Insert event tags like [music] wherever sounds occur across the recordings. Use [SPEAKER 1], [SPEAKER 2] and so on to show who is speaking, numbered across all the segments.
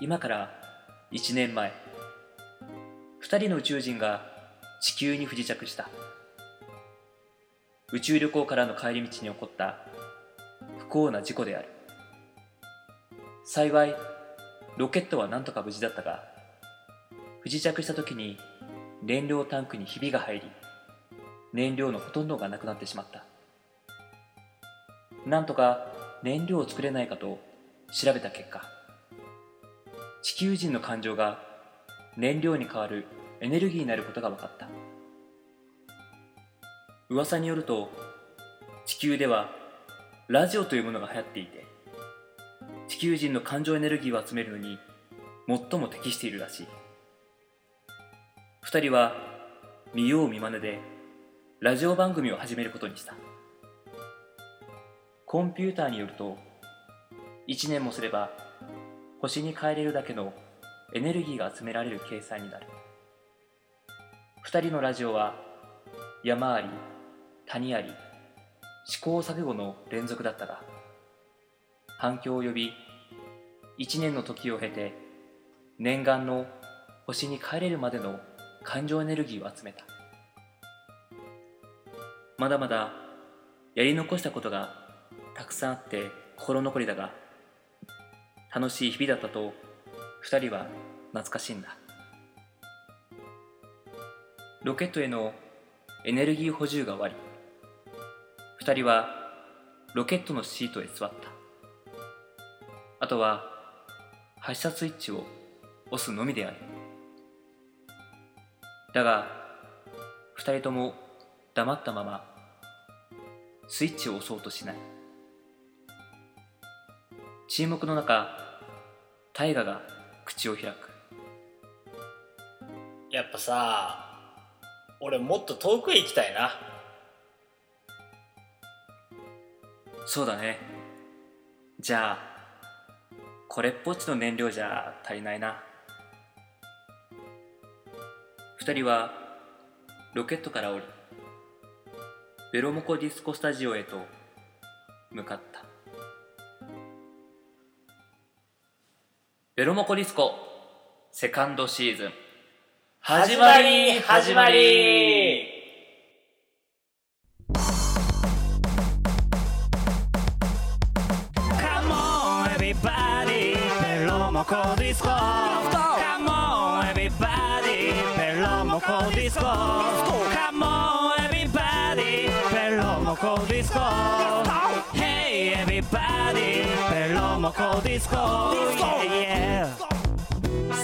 [SPEAKER 1] 今から1年前2人の宇宙人が地球に不時着した宇宙旅行からの帰り道に起こった不幸な事故である幸いロケットはなんとか無事だったが不時着した時に燃料タンクにひびが入り燃料のほとんどがなくなってしまったなんとか燃料を作れないかと調べた結果地球人の感情が燃料に代わるエネルギーになることが分かった噂によると地球ではラジオというものが流行っていて地球人の感情エネルギーを集めるのに最も適しているらしい2人は見よう見まねでラジオ番組を始めることにしたコンピューターによると1年もすれば星に帰れるだけのエネルギーが集められる計算になる2人のラジオは山あり谷あり試行錯誤の連続だったが反響を呼び1年の時を経て念願の星に帰れるまでの感情エネルギーを集めたまだまだやり残したことがたくさんあって心残りだが楽しい日々だったと2人は懐かしいんだロケットへのエネルギー補充が終わり2人はロケットのシートへ座ったあとは発射スイッチを押すのみであるだが2人とも黙ったままスイッチを押そうとしない沈黙の中大我が口を開く
[SPEAKER 2] やっぱさ俺もっと遠くへ行きたいな
[SPEAKER 1] そうだねじゃあこれっぽっちの燃料じゃ足りないな2人はロケットから降りベロモコディスコスタジオへと向かったベロモコディスコセカンドシーズン
[SPEAKER 2] 始まり始まり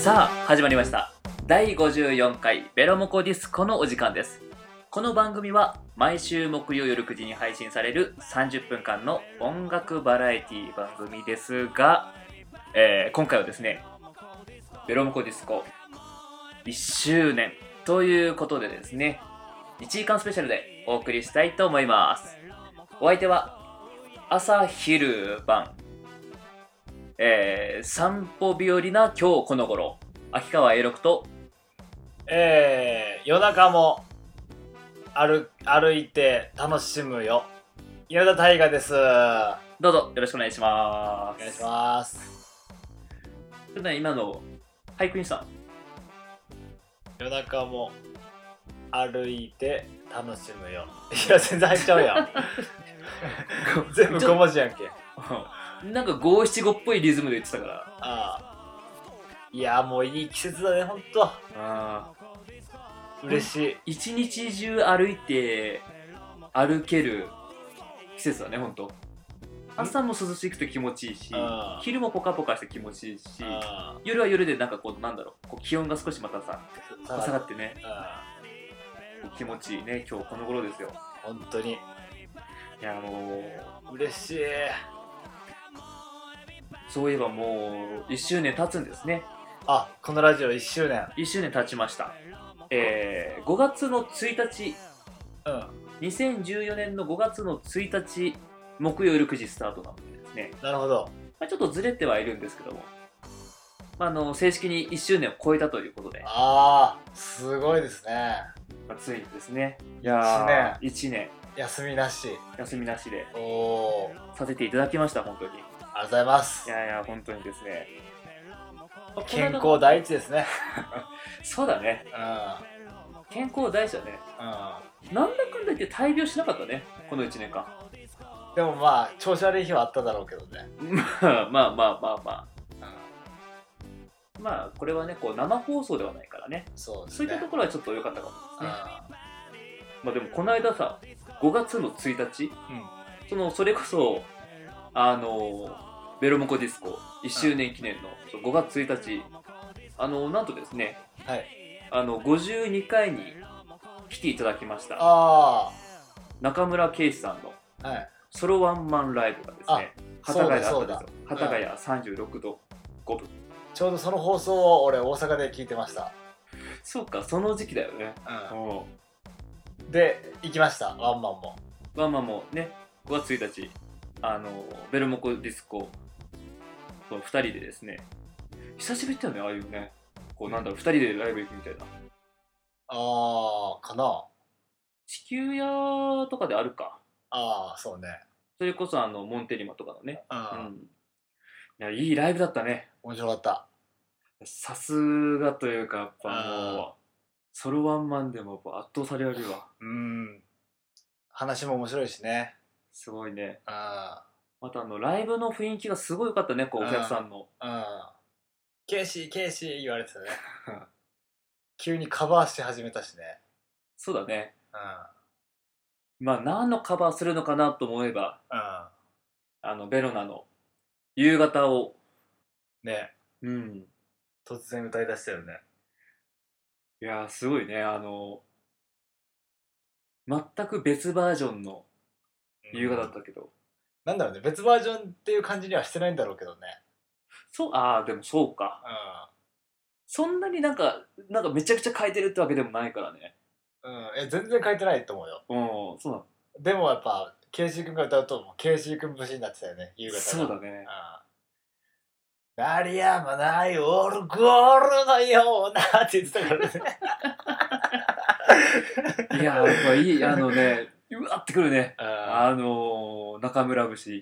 [SPEAKER 1] さあ始まりました第54回ベロモコディスコのお時間ですこの番組は毎週木曜夜9時に配信される30分間の音楽バラエティ番組ですが、えー今回はですねベロモコディスコ1周年ということでですね1時間スペシャルでお送りしたいと思いますお相手は朝昼晩えー、散歩日和な今日この頃秋川栄六と
[SPEAKER 2] えー、夜中も歩歩いて楽しむよ稲田大我ですお
[SPEAKER 1] どうぞよろしくお願いします
[SPEAKER 2] 願いします
[SPEAKER 1] すちょっとね今の俳句にした
[SPEAKER 2] 夜中も歩いて楽しむよいや全然入っちゃうやん [laughs] 全部
[SPEAKER 1] ちょ
[SPEAKER 2] 5文字やん
[SPEAKER 1] う
[SPEAKER 2] け
[SPEAKER 1] んなんか五七五っぽいリズムで言ってたから
[SPEAKER 2] ああいやもういい季節だねほんと
[SPEAKER 1] あ
[SPEAKER 2] 嬉しい
[SPEAKER 1] 一日中歩いて歩ける季節だねほんと朝も涼しくて気持ちいいし
[SPEAKER 2] あー
[SPEAKER 1] 昼もポカポカして気持ちいいし
[SPEAKER 2] あ
[SPEAKER 1] 夜は夜でなんかこうなんだろうこう気温が少しまたさ
[SPEAKER 2] あ
[SPEAKER 1] 下がってね
[SPEAKER 2] あ
[SPEAKER 1] 気持ちいいね今日この頃ですよ
[SPEAKER 2] あ本当に
[SPEAKER 1] いやもう
[SPEAKER 2] 嬉しい
[SPEAKER 1] そういえばもう1周年経つんですね
[SPEAKER 2] あこのラジオ1周年
[SPEAKER 1] 1周年経ちましたえー、5月の1日
[SPEAKER 2] うん
[SPEAKER 1] 2014年の5月の1日木曜夜9時スタートなのでですね、
[SPEAKER 2] なるほど
[SPEAKER 1] まあ、ちょっとずれてはいるんですけども、まあ、あの正式に1周年を超えたということで、
[SPEAKER 2] ああすごいですね
[SPEAKER 1] まあついにですね
[SPEAKER 2] いや
[SPEAKER 1] 1年
[SPEAKER 2] 休みなし
[SPEAKER 1] 休みなしで
[SPEAKER 2] おおー
[SPEAKER 1] させていただきました本当に
[SPEAKER 2] ありがとうございます
[SPEAKER 1] いやいや本当にですね
[SPEAKER 2] 健康第一ですね
[SPEAKER 1] そうだね
[SPEAKER 2] うんう
[SPEAKER 1] 健康大事だね
[SPEAKER 2] ん
[SPEAKER 1] なんだかんだ言って大病しなかったねこの1年間 [laughs]
[SPEAKER 2] でもまあ調子悪い日はあっただろうけどね、
[SPEAKER 1] まあまあまあまあ
[SPEAKER 2] うん、
[SPEAKER 1] まあこれはねこう生放送ではないからね
[SPEAKER 2] そうです
[SPEAKER 1] そう
[SPEAKER 2] ね
[SPEAKER 1] いったところはちょっと良かったかもですね、
[SPEAKER 2] う
[SPEAKER 1] まあでもこの間さ5月の1日
[SPEAKER 2] ん、うん、
[SPEAKER 1] そのそれこそあのベロモコディスコ1周年記念のそう5月1日あのなんとですね
[SPEAKER 2] はい
[SPEAKER 1] あの52回に来ていただきました
[SPEAKER 2] あ
[SPEAKER 1] 中村圭司さんの
[SPEAKER 2] あはい
[SPEAKER 1] ソロワンマンライブがですね
[SPEAKER 2] そ
[SPEAKER 1] 幡ヶ
[SPEAKER 2] う
[SPEAKER 1] 谷
[SPEAKER 2] だ
[SPEAKER 1] だ
[SPEAKER 2] そ
[SPEAKER 1] った
[SPEAKER 2] うん
[SPEAKER 1] です
[SPEAKER 2] だ
[SPEAKER 1] よ幡ヶ谷36度5分
[SPEAKER 2] ちょうどその放送を俺大阪で聞いてました、
[SPEAKER 1] そうかその時期だよね
[SPEAKER 2] うん、で行きましたワンマンも
[SPEAKER 1] まあまあもうね5月1日あのベルモコディスコの2人でですね久しぶりだよねああいうねこうなんだろう2人でライブ行くみたいな
[SPEAKER 2] ああかな
[SPEAKER 1] 地球屋とかであるか
[SPEAKER 2] ああそうね
[SPEAKER 1] それこそあのモンテリマとかのね
[SPEAKER 2] うん、
[SPEAKER 1] うんいやいいライブだったね
[SPEAKER 2] 面白かった
[SPEAKER 1] さすがというかやっぱもうソロワンマンでもやっぱ圧倒されるわ
[SPEAKER 2] うん話も面白いしね
[SPEAKER 1] すごいね
[SPEAKER 2] うん
[SPEAKER 1] またあのライブの雰囲気がすごい良かったねこうお客さん
[SPEAKER 2] [laughs]
[SPEAKER 1] の
[SPEAKER 2] うんケイシーケイシー言われてたね急にカバーし始めたしね
[SPEAKER 1] そうだね
[SPEAKER 2] うん
[SPEAKER 1] まあ何のカバーするのかなと思えば
[SPEAKER 2] うん
[SPEAKER 1] あのベロナの夕方を
[SPEAKER 2] ね
[SPEAKER 1] うん
[SPEAKER 2] 突然歌い出したよね
[SPEAKER 1] いやーすごいねあの全く別バージョンの夕方だったけど、
[SPEAKER 2] なんだろうね別バージョンっていう感じにはしてないんだろうけどね
[SPEAKER 1] そうああでもそうかそんなになんかなんかめちゃくちゃ変えてるってわけでもないからね
[SPEAKER 2] うん、うん、え全然書いてないと思うよ
[SPEAKER 1] うんそう
[SPEAKER 2] でもやっぱケイシー君が歌うともうケイシー君節になってたよね夕
[SPEAKER 1] だ
[SPEAKER 2] 方が
[SPEAKER 1] そうだね
[SPEAKER 2] うん鳴りやまないオルゴールのようなって言ってたから
[SPEAKER 1] [laughs]
[SPEAKER 2] ね、
[SPEAKER 1] いやーやっぱいいあのねうわってくるね
[SPEAKER 2] うん
[SPEAKER 1] あのー中村節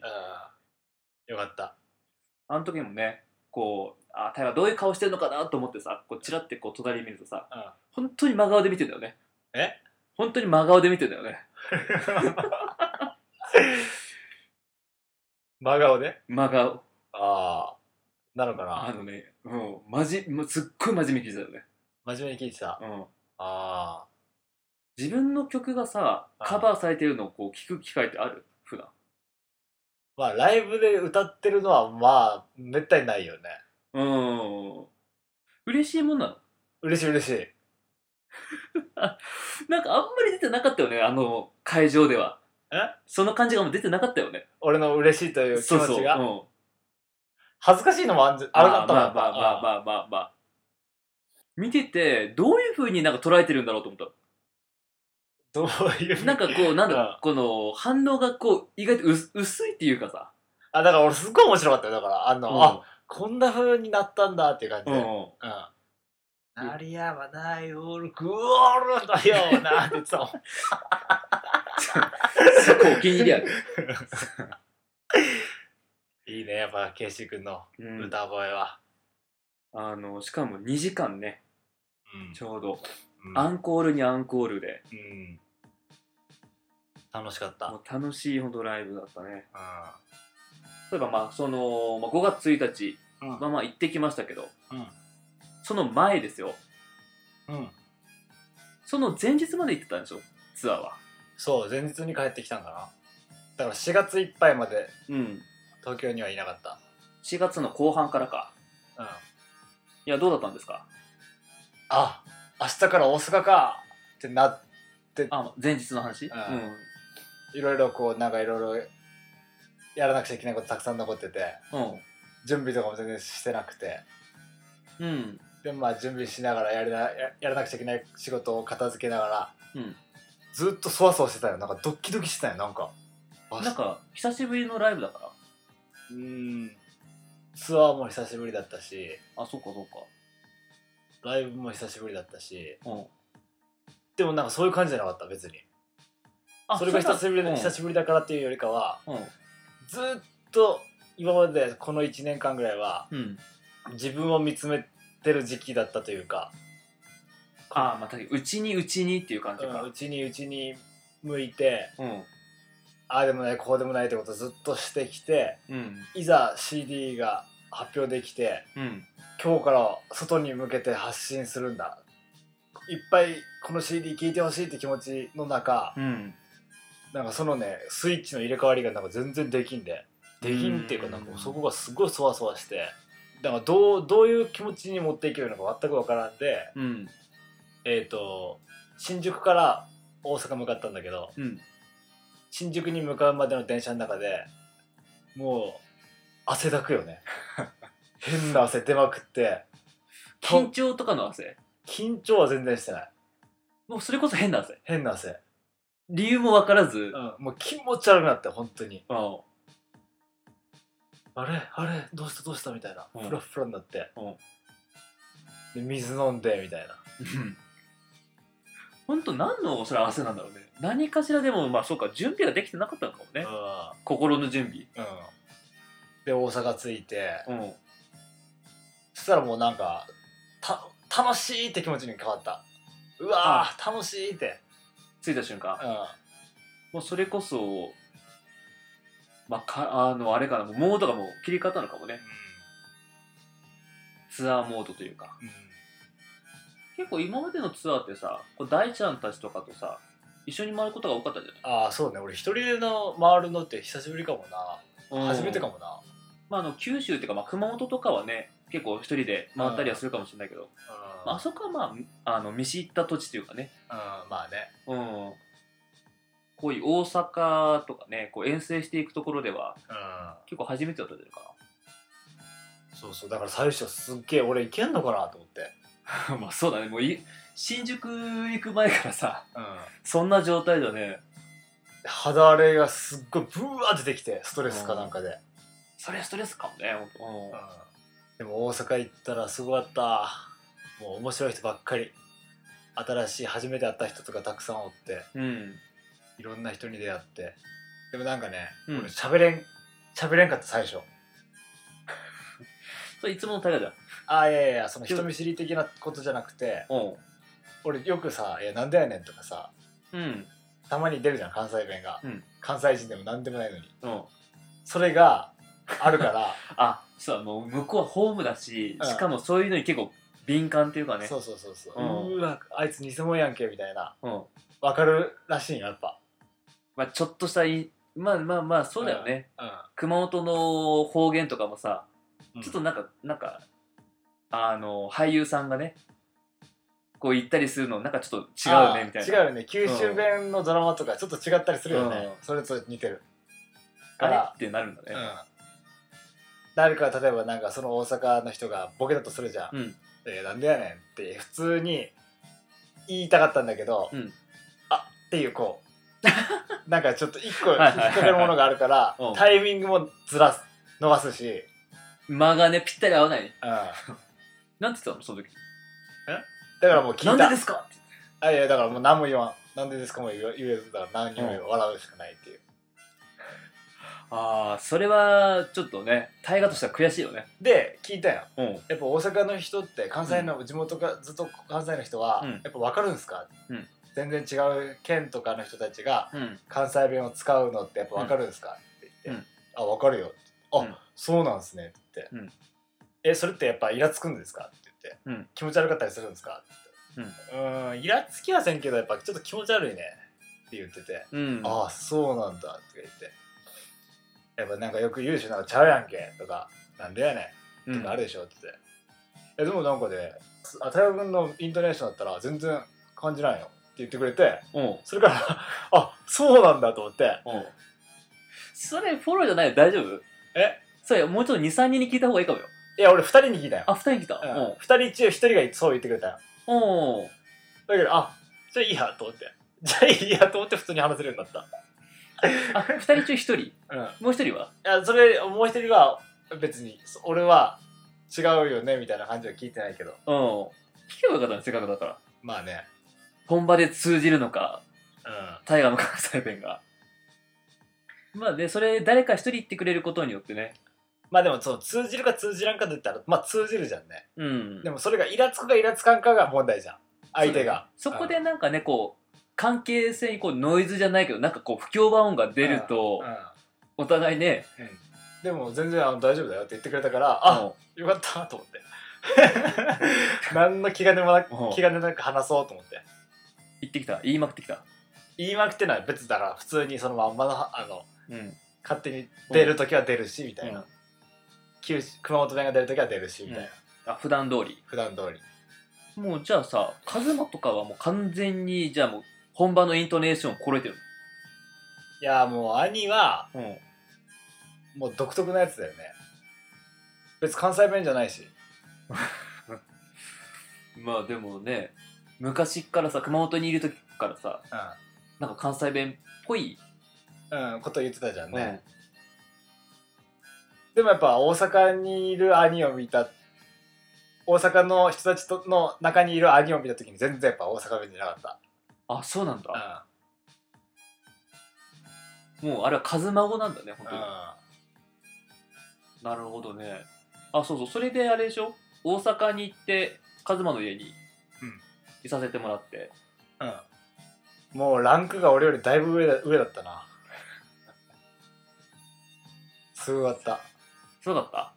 [SPEAKER 2] うんよかった
[SPEAKER 1] あの時もねこうあタイはどういう顔してるのかなと思ってさこうチラってこう隣見るとさ、
[SPEAKER 2] うん
[SPEAKER 1] 本当に真顔で見てんだよね
[SPEAKER 2] え
[SPEAKER 1] 本当に真顔で見てんだよね
[SPEAKER 2] 真顔で
[SPEAKER 1] 真顔
[SPEAKER 2] ああなのか
[SPEAKER 1] あ
[SPEAKER 2] な
[SPEAKER 1] のねうんまじもうすっごい真面目に聞いてたよね、
[SPEAKER 2] 真面目に聞いてた
[SPEAKER 1] うん、
[SPEAKER 2] あ
[SPEAKER 1] 自分の曲がさ
[SPEAKER 2] うん
[SPEAKER 1] カバーされてるのをこう聞く機会ってある普段
[SPEAKER 2] ーまあライブで歌ってるのはまあめったにないよね
[SPEAKER 1] うん嬉しいもんなの
[SPEAKER 2] 嬉しい嬉しい
[SPEAKER 1] なんかあんまり出てなかったよねあの会場では
[SPEAKER 2] え
[SPEAKER 1] その感じがもう出てなかったよね
[SPEAKER 2] 俺の嬉しいという気
[SPEAKER 1] そう
[SPEAKER 2] 持
[SPEAKER 1] そう、う
[SPEAKER 2] ち
[SPEAKER 1] ん、
[SPEAKER 2] が恥ずかしいのもあんじあれだったの
[SPEAKER 1] まあまあまあまあまあまあ見ててどういうふうになんか捉えてるんだろうと思っ
[SPEAKER 2] どうい
[SPEAKER 1] た
[SPEAKER 2] う
[SPEAKER 1] なんかこうなんだ
[SPEAKER 2] う
[SPEAKER 1] この反応がこう意外と薄薄いっていうかさ
[SPEAKER 2] あだから俺すっごい面白かったよだからあの、あ
[SPEAKER 1] あ
[SPEAKER 2] こんな風になったんだっていう感じ
[SPEAKER 1] う
[SPEAKER 2] で、うん
[SPEAKER 1] ん
[SPEAKER 2] 鳴りやまないオールクオールのようなって言ってた
[SPEAKER 1] [laughs]
[SPEAKER 2] もん
[SPEAKER 1] そこお気に入りやね
[SPEAKER 2] いいねやっぱケイシー君の
[SPEAKER 1] うん
[SPEAKER 2] 歌声は、
[SPEAKER 1] あのしかも2時間ね
[SPEAKER 2] うん
[SPEAKER 1] ちょうど
[SPEAKER 2] うん
[SPEAKER 1] アンコールにアンコールで
[SPEAKER 2] うん楽しかった、
[SPEAKER 1] もう楽しいほどライブだったね
[SPEAKER 2] う
[SPEAKER 1] 例えばまあその、まあ、5月1日
[SPEAKER 2] んうん
[SPEAKER 1] はまあ行ってきましたけど
[SPEAKER 2] うん
[SPEAKER 1] その前ですよ
[SPEAKER 2] うん
[SPEAKER 1] その前日まで行ってたんでしょツアーは
[SPEAKER 2] そう前日に帰ってきたんかなだから4月いっぱいまで
[SPEAKER 1] うん
[SPEAKER 2] 東京にはいなかった
[SPEAKER 1] 4月の後半からか
[SPEAKER 2] うん
[SPEAKER 1] いやどうだったんですか
[SPEAKER 2] あ明日から大阪かってなっ
[SPEAKER 1] あ前日の話、
[SPEAKER 2] ああいろいろこうなんかいろいろやらなくちゃいけないことたくさん残ってて
[SPEAKER 1] う
[SPEAKER 2] 準備とかも全然してなくて
[SPEAKER 1] んうん
[SPEAKER 2] でまあ準備しながらやりなややらなくちゃいけない仕事を片付けながら
[SPEAKER 1] うん
[SPEAKER 2] ずっとそわそわしてたよなんかドッキドキしてたよなんかあ
[SPEAKER 1] なんか久しぶりのライブだから
[SPEAKER 2] うーんツアーも久しぶりだったし
[SPEAKER 1] あそっかそっか
[SPEAKER 2] ライブも久しぶりだったし
[SPEAKER 1] うん
[SPEAKER 2] でもなんかそういう感じじゃなかった別に
[SPEAKER 1] あ
[SPEAKER 2] それが久しぶり
[SPEAKER 1] だ
[SPEAKER 2] で久しぶりだからっていうよりかは
[SPEAKER 1] うん
[SPEAKER 2] ずっと今までこの1年間ぐらいは
[SPEAKER 1] うん
[SPEAKER 2] 自分を見つめてる時期だったというか
[SPEAKER 1] ああまたうちにうちにっていう感じ
[SPEAKER 2] うん
[SPEAKER 1] か
[SPEAKER 2] うち、にうちに向いて
[SPEAKER 1] うん
[SPEAKER 2] ああでもないこうでもないってことをずっとしてきて
[SPEAKER 1] うん
[SPEAKER 2] いざ CD が発表できて
[SPEAKER 1] うん
[SPEAKER 2] 今日から外に向けて発信するんだいっぱいこの CD 聴いてほしいって気持ちの中
[SPEAKER 1] うん
[SPEAKER 2] なんかそのねスイッチの入れ替わりがなんか全然できんでできんっていうかなんかそこがすごいそわそわしてだからどうどういう気持ちに持っていけるのか全く分からんで
[SPEAKER 1] うん
[SPEAKER 2] えっ、と新宿から大阪向かったんだけど
[SPEAKER 1] うん
[SPEAKER 2] 新宿に向かうまでの電車の中でもう汗だくよね変な汗出まくって
[SPEAKER 1] 緊張とかの汗
[SPEAKER 2] 緊張は全然してない
[SPEAKER 1] もうそれこそ変な汗
[SPEAKER 2] 変な汗、
[SPEAKER 1] 理由も分からず、
[SPEAKER 2] うん、もう気持ち悪くなって本当に
[SPEAKER 1] あ
[SPEAKER 2] あれあれどうしたどうしたみたいな、
[SPEAKER 1] うん
[SPEAKER 2] フラフラになって、
[SPEAKER 1] うん
[SPEAKER 2] で水飲んでみたいな
[SPEAKER 1] うん本当何のそれ汗なんだろうね何かしらでもまあそうか準備ができてなかったのかもね、
[SPEAKER 2] う
[SPEAKER 1] 心の準備
[SPEAKER 2] ん、うん、で大阪着いて
[SPEAKER 1] うん
[SPEAKER 2] そしたらもうなんかた楽しいって気持ちに変わったうわー楽しいって、
[SPEAKER 1] 着いた瞬間
[SPEAKER 2] うん、
[SPEAKER 1] もうそれこそまあかあのあれかなもうモードがもう切り替わったのかもねツアーモードというか
[SPEAKER 2] うん
[SPEAKER 1] 結構今までのツアーってさこう大ちゃんたちとかとさ一緒に回ることが多かったじゃない
[SPEAKER 2] ああそうね俺一人での回るのって久しぶりかもな、初めてか
[SPEAKER 1] も、
[SPEAKER 2] もな、
[SPEAKER 1] まあ、あの九州っていうか、まあ、熊本とかはね結構一人で回ったりはするかもしれないけど、
[SPEAKER 2] うん
[SPEAKER 1] まああそこはまああの見知った土地というかね
[SPEAKER 2] うんまあね
[SPEAKER 1] うんこういう大阪とかねこう遠征していくところでは
[SPEAKER 2] う
[SPEAKER 1] 結構初めてだったんじゃない
[SPEAKER 2] んそうそうだから最初すっげえ俺いけんのかなと思って
[SPEAKER 1] かな [laughs] まあそうだねもうい新宿行く前からさ
[SPEAKER 2] うん
[SPEAKER 1] そんな状態だね
[SPEAKER 2] 肌荒れがすっごいブワーって出てきてストレスかなんかで、
[SPEAKER 1] それはストレスかもね本
[SPEAKER 2] うんでも大阪行ったらすごかったもう面白い人ばっかり新しい初めて会った人とかたくさんおって
[SPEAKER 1] 当うん
[SPEAKER 2] いろんな人に出会ってでもなんかね、
[SPEAKER 1] うん
[SPEAKER 2] 俺喋れん喋れんかった最初
[SPEAKER 1] それいつもの大河じゃん
[SPEAKER 2] ああいやいやその人見知り的なことじゃなくて
[SPEAKER 1] うん
[SPEAKER 2] 俺よくさ「いやなんでやねん」とかさ
[SPEAKER 1] うん
[SPEAKER 2] たまに出るじゃん関西弁が、
[SPEAKER 1] うん
[SPEAKER 2] 関西人でもなんでもないのに
[SPEAKER 1] うん
[SPEAKER 2] それがあるから
[SPEAKER 1] あそうもう向こうはホームだし
[SPEAKER 2] うん
[SPEAKER 1] しかもそういうのに結構敏感っていう [laughs] かね
[SPEAKER 2] そうそうそうそう、
[SPEAKER 1] う
[SPEAKER 2] うんーわあいつ偽物やんけみたいな
[SPEAKER 1] うん
[SPEAKER 2] わかるらしいんよやっぱ、
[SPEAKER 1] まあちょっとしたいまあまあまあそうだよね熊本の方言とかもさ
[SPEAKER 2] うん
[SPEAKER 1] ちょっとなんか、なんか、あの、俳優さんがね、こう行ったりするの、なんかちょっと違うよね、みたいな。
[SPEAKER 2] 違うよね九州弁のドラマとかちょっと違ったりするよね、
[SPEAKER 1] う
[SPEAKER 2] それと似てる
[SPEAKER 1] あ
[SPEAKER 2] か
[SPEAKER 1] れ
[SPEAKER 2] ら
[SPEAKER 1] ってなるんだ
[SPEAKER 2] う
[SPEAKER 1] ね。
[SPEAKER 2] ん誰か例えばなんかその大阪の人がボケだとするじゃん
[SPEAKER 1] うん。
[SPEAKER 2] 「えーなんでやねん」って普通に言いたかったんだけど「
[SPEAKER 1] うん
[SPEAKER 2] あってい
[SPEAKER 1] [laughs]
[SPEAKER 2] うこうなんかちょっと一個引っ
[SPEAKER 1] はいはいはいはい
[SPEAKER 2] かかるものがあるから
[SPEAKER 1] うん
[SPEAKER 2] タイミングもずらす逃すし、
[SPEAKER 1] 間がね、ぴったり合わない。
[SPEAKER 2] うん、だ
[SPEAKER 1] なんて言ったの、その時。
[SPEAKER 2] からもう聞いた
[SPEAKER 1] なんでですか
[SPEAKER 2] あいやだからもう何も言わんなんでですかも言え言えずだから何にも言わん笑うしかないっていう
[SPEAKER 1] ああ、それは、ちょっとね、大河としては悔しいよね。
[SPEAKER 2] で聞いたよ
[SPEAKER 1] うん。
[SPEAKER 2] やっぱ大阪の人って関西の地元がずっと関西の人は
[SPEAKER 1] うん
[SPEAKER 2] やっぱ分かるんですか、
[SPEAKER 1] うん
[SPEAKER 2] 全然違う県とかの人たちが
[SPEAKER 1] うん。
[SPEAKER 2] 関西弁を使うのってやっぱ分かるんですか、って言って「あ分かるよ」ってあ、
[SPEAKER 1] うん
[SPEAKER 2] そうなんですね」って言って、えそれってやっぱイラつくんですか?」って言って、
[SPEAKER 1] うん
[SPEAKER 2] 気持ち悪かったりするんですか?」って言って「うんんイラつきはせんけどやっぱちょっと気持ち悪いね」って言ってて
[SPEAKER 1] うん。
[SPEAKER 2] ああそうなんだって言ってやっぱなんかよく言うしなちゃうやんけとかなんでやね
[SPEAKER 1] うん
[SPEAKER 2] と
[SPEAKER 1] ん、
[SPEAKER 2] かあるでしょって言って、えでもなんかねあ太陽君のイントネーションだったら全然感じないよって言ってくれて
[SPEAKER 1] うん。
[SPEAKER 2] それから [laughs] あそうなんだと思って
[SPEAKER 1] うん。それ、フォローじゃない大丈夫
[SPEAKER 2] え
[SPEAKER 1] それ、もうちょっと2、3人に聞いた方がいいかもよ。
[SPEAKER 2] いや俺2人に聞いたよ、
[SPEAKER 1] あ、2人に聞いた。
[SPEAKER 2] うん2人中1人がそう言ってくれたよ
[SPEAKER 1] うん。うん。
[SPEAKER 2] だけどあじゃあいいやと思ってじゃあいいやと思って普通に話せるようになっ
[SPEAKER 1] あ、2人中1人。
[SPEAKER 2] たうん
[SPEAKER 1] もう1人はい
[SPEAKER 2] やそれもう一人は別にそ俺は違うよねみたいな感じは聞いてないけど
[SPEAKER 1] うん。聞けばよかったね、せっかくだから。
[SPEAKER 2] まあね
[SPEAKER 1] 本場で通じるのか、
[SPEAKER 2] うん
[SPEAKER 1] 大河の関西弁が。まあね、それ誰か一人言ってくれることによってね、
[SPEAKER 2] まあでもそう通じるか通じらんかと言ったらまあ通じるじゃんね
[SPEAKER 1] うん
[SPEAKER 2] でもそれがイラつくかイラつかんかが問題じゃん相手が
[SPEAKER 1] そこでなんかねこう関係性にこうノイズじゃないけどなんかこう不協和音が出ると
[SPEAKER 2] うんうん
[SPEAKER 1] お互いね
[SPEAKER 2] うんでも全然あの大丈夫だよって言ってくれたから
[SPEAKER 1] あ
[SPEAKER 2] あ
[SPEAKER 1] の
[SPEAKER 2] よかったと思って [laughs] 何の気兼ねもなく
[SPEAKER 1] うん
[SPEAKER 2] 気兼ねなく話そうと思って
[SPEAKER 1] 言ってきた言いまくってきた
[SPEAKER 2] 言いまくってのは別だから普通にそのまんまのあの
[SPEAKER 1] うん
[SPEAKER 2] 勝手に出る時は出るしみたいな、
[SPEAKER 1] うん
[SPEAKER 2] 九州熊本弁が出る時は出るしみたいな、
[SPEAKER 1] うんあ普段通り
[SPEAKER 2] 普段通り
[SPEAKER 1] もうじゃあさカズマとかはもう完全にじゃあもう本場のイントネーションを超えてる
[SPEAKER 2] いやもう兄は
[SPEAKER 1] うん
[SPEAKER 2] もう独特なやつだよね別に関西弁じゃないし
[SPEAKER 1] まあでもね昔っからさ熊本にいる時からさなんか関西弁っぽい
[SPEAKER 2] うん、うん、こと言ってたじゃんね、でもやっぱ大阪にいる兄を見た大阪の人たちとの中にいる兄を見た時に全然やっぱ大阪弁じゃなかっ
[SPEAKER 1] あそうなんだ、
[SPEAKER 2] た、
[SPEAKER 1] もうあれはカズマ語なんだね本
[SPEAKER 2] う
[SPEAKER 1] 当
[SPEAKER 2] ん
[SPEAKER 1] に、なるほどねあそうそうそれであれでしょ大阪に行ってカズマの家に
[SPEAKER 2] うん
[SPEAKER 1] いさせてもらって、
[SPEAKER 2] うんうん、もうランクが俺よりだいぶ上だ上だったなすごかった
[SPEAKER 1] そうだった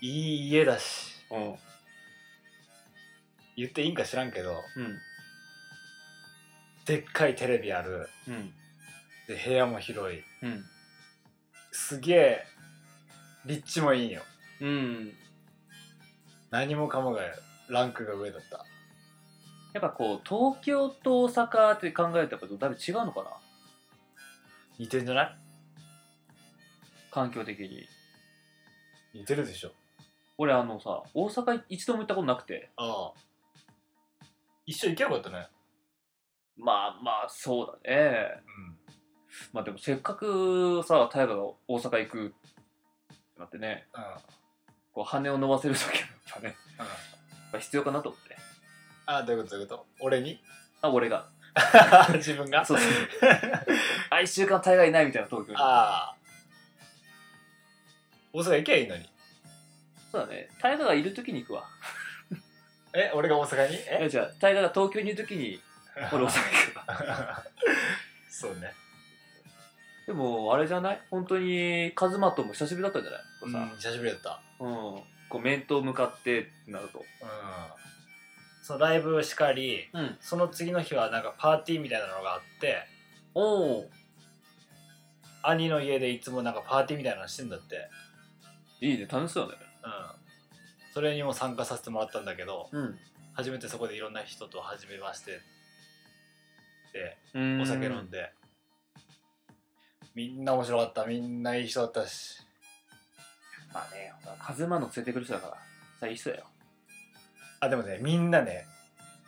[SPEAKER 2] うんいい家だし
[SPEAKER 1] うん、
[SPEAKER 2] 言っていいんか知らんけど
[SPEAKER 1] うん
[SPEAKER 2] でっかいテレビある
[SPEAKER 1] うん
[SPEAKER 2] で部屋も広い
[SPEAKER 1] うん
[SPEAKER 2] すげえ立地もいいよ
[SPEAKER 1] うん
[SPEAKER 2] 何もかもがランクが上だった
[SPEAKER 1] やっぱこう東京と大阪って考えるとやっぱだいぶ違うのかな
[SPEAKER 2] 似てんじゃない
[SPEAKER 1] 環境的に
[SPEAKER 2] 似てるでしょ
[SPEAKER 1] 俺あのさ大阪一度も行ったことなくて
[SPEAKER 2] ああ一緒行けばよかったね
[SPEAKER 1] まあまあそうだねまあでもせっかくさ大河が大阪行くってなってね
[SPEAKER 2] うんうん、
[SPEAKER 1] こう羽を伸ばせる時はやっぱね
[SPEAKER 2] うん、
[SPEAKER 1] やっぱ必要かなと思って
[SPEAKER 2] ああどういうことどういうこと俺に
[SPEAKER 1] あ俺が
[SPEAKER 2] [laughs] 自分
[SPEAKER 1] [laughs]
[SPEAKER 2] が
[SPEAKER 1] そうそうあ1週間大河いないみたいな東京に
[SPEAKER 2] ああ大阪行けばいいのに
[SPEAKER 1] そうだね大河がいる時に行くわ
[SPEAKER 2] え俺が大阪に
[SPEAKER 1] いや
[SPEAKER 2] え
[SPEAKER 1] じゃあ大河が東京にいる時に俺大阪行くわ
[SPEAKER 2] [laughs] そうね
[SPEAKER 1] [laughs] でもあれじゃない本当にカズマとも久しぶりだったんじゃないこうさ、
[SPEAKER 2] うん久しぶりだった
[SPEAKER 1] うんこう面と向かってってなると
[SPEAKER 2] うんそうライブしかり
[SPEAKER 1] うん
[SPEAKER 2] その次の日はなんかパーティーみたいなのがあって
[SPEAKER 1] おお
[SPEAKER 2] 兄の家でいつもなんかパーティーみたいなのしてんだって
[SPEAKER 1] いいね楽しそうだね
[SPEAKER 2] うんそれにも参加させてもらったんだけど
[SPEAKER 1] うん
[SPEAKER 2] 初めてそこでいろんな人と初めましてで
[SPEAKER 1] うん
[SPEAKER 2] お酒飲んでみんな面白かったみんないい人だったし
[SPEAKER 1] まあねカズマの連れてくる人だからさあいい人だよ
[SPEAKER 2] あでもねみんなね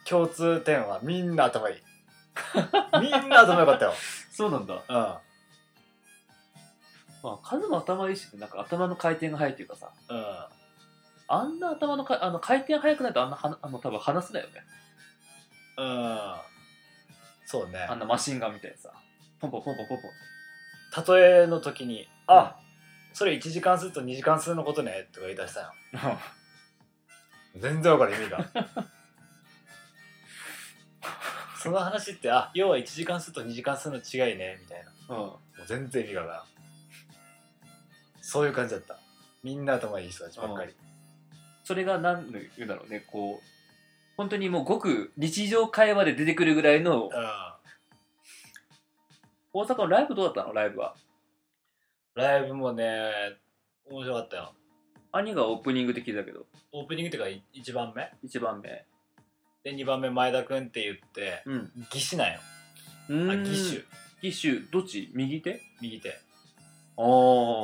[SPEAKER 2] 共通点はみんな頭いいみんな頭良かったよ
[SPEAKER 1] そうなんだ
[SPEAKER 2] う
[SPEAKER 1] まあカズマ頭いいしなんか頭の回転が速いっていうかさ
[SPEAKER 2] んうん
[SPEAKER 1] あんな頭のかあの回転速くないとあんなはあの多分話せないよね
[SPEAKER 2] うんそうね
[SPEAKER 1] あんなマシンガンみたいにさポンポンポンポンポンポン
[SPEAKER 2] 例えの時に「あそれ1時間数と2時間数のことね」とか言い出したよ全然わかる意味が [laughs] その話ってあ要は1時間数と2時間数の違いねみたいな
[SPEAKER 1] [laughs] うん
[SPEAKER 2] もう全然意味がわからんそういう感じだったみんな頭いい人たちばっかり
[SPEAKER 1] それが何の言うんだろうねこう本当にもうごく日常会話で出てくるぐらいの
[SPEAKER 2] うん
[SPEAKER 1] 大阪のライブどうだったのライブは
[SPEAKER 2] ライブもね面白かったよ
[SPEAKER 1] 兄がオープニングで聞いたけど
[SPEAKER 2] オープニングっていうか1番目
[SPEAKER 1] 1番目
[SPEAKER 2] で2番目前田君って言って
[SPEAKER 1] うん
[SPEAKER 2] 義手なんよあ
[SPEAKER 1] うん
[SPEAKER 2] 義手
[SPEAKER 1] 義手どっち右手
[SPEAKER 2] 右手
[SPEAKER 1] あ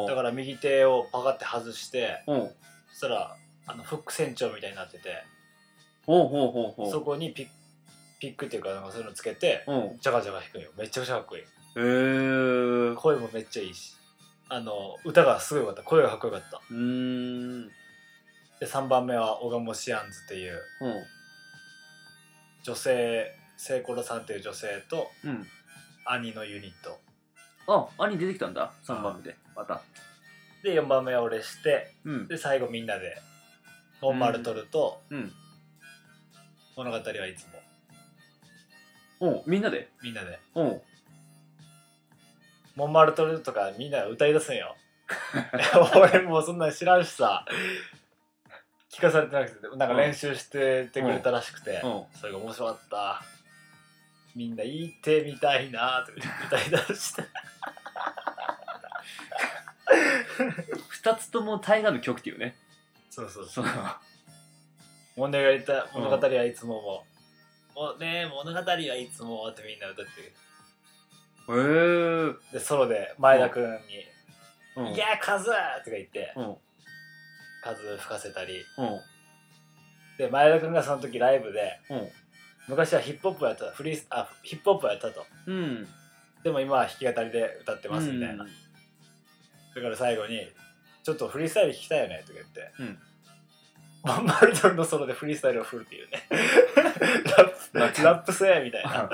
[SPEAKER 2] だ
[SPEAKER 1] あ
[SPEAKER 2] から右手をパカって外して
[SPEAKER 1] うんほう
[SPEAKER 2] そしたらあのフック船長みたいになってて
[SPEAKER 1] ほうほうほう
[SPEAKER 2] そこにピッピックっていうかなんかそういうのつけて
[SPEAKER 1] うん
[SPEAKER 2] ジャカジャカ弾くんよめちゃくちゃかっこいい
[SPEAKER 1] へえう
[SPEAKER 2] 声もめっちゃいいしあの歌がすごいよかった声がかっこよかった
[SPEAKER 1] ーん
[SPEAKER 2] で3番目はオガモシアンズっていう
[SPEAKER 1] うん
[SPEAKER 2] 女性セイコロさんっていう女性と
[SPEAKER 1] うん
[SPEAKER 2] 兄のユニット
[SPEAKER 1] あ兄出てきたんだ3番目でまた
[SPEAKER 2] で4番目は俺して
[SPEAKER 1] うん
[SPEAKER 2] で最後みんなで本丸取ると
[SPEAKER 1] うん
[SPEAKER 2] 物語はいつも
[SPEAKER 1] おうみんなで
[SPEAKER 2] みんなで
[SPEAKER 1] おう
[SPEAKER 2] モンマルトルとかみんな歌い出すんよ [laughs] 俺もうそんなん知らんしさ聞かされてなくてなんか練習しててくれたらしくて、
[SPEAKER 1] おう
[SPEAKER 2] それが面白かったみんな言ってみたいなとか言って歌い出して
[SPEAKER 1] 二つとも大河の曲っていうね
[SPEAKER 2] そうそう [laughs]
[SPEAKER 1] そう
[SPEAKER 2] 物語はいた物語はいつもも、もうね物語はいつもってみんな歌って
[SPEAKER 1] へえ
[SPEAKER 2] でソロで前田君に
[SPEAKER 1] う
[SPEAKER 2] 「
[SPEAKER 1] ん
[SPEAKER 2] いやーカズ!」とか言って
[SPEAKER 1] うんうん
[SPEAKER 2] カズ吹かせたり
[SPEAKER 1] うん
[SPEAKER 2] で前田君がその時ライブで
[SPEAKER 1] うん
[SPEAKER 2] 昔はヒップホップやったフリースあヒップホップやったと
[SPEAKER 1] うん
[SPEAKER 2] でも今は弾き語りで歌ってますみたいな、
[SPEAKER 1] うん
[SPEAKER 2] だから最後に「ちょっとフリースタイル弾きたいよね」とか言って、
[SPEAKER 1] うん
[SPEAKER 2] マンマルトルのソロでフリースタイルを振るっていうね [laughs] ラップラップせえみたいな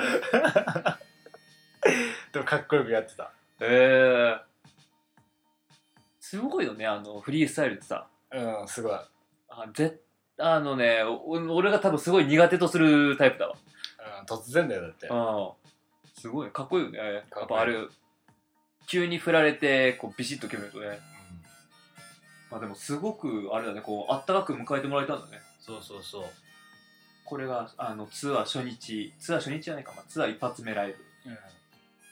[SPEAKER 2] でもかっこよくやってた
[SPEAKER 1] へえすごいよねあのフリースタイルってさ
[SPEAKER 2] うんすごい、うん、
[SPEAKER 1] あぜあのねお俺が多分すごい苦手とするタイプだ
[SPEAKER 2] 突然だよだって、
[SPEAKER 1] わうんすごいかっこいいよねやっ
[SPEAKER 2] かっこい
[SPEAKER 1] ぱ
[SPEAKER 2] い
[SPEAKER 1] あれ急に振られてこうビシッと決めるとね
[SPEAKER 2] うん
[SPEAKER 1] まあでもすごくあれだねこうあったかく迎えてもらえたんだね
[SPEAKER 2] そうそうそう
[SPEAKER 1] これがあのツアー初日ツアー初日じゃないか、まあ、ツアー一発目ライ
[SPEAKER 2] うん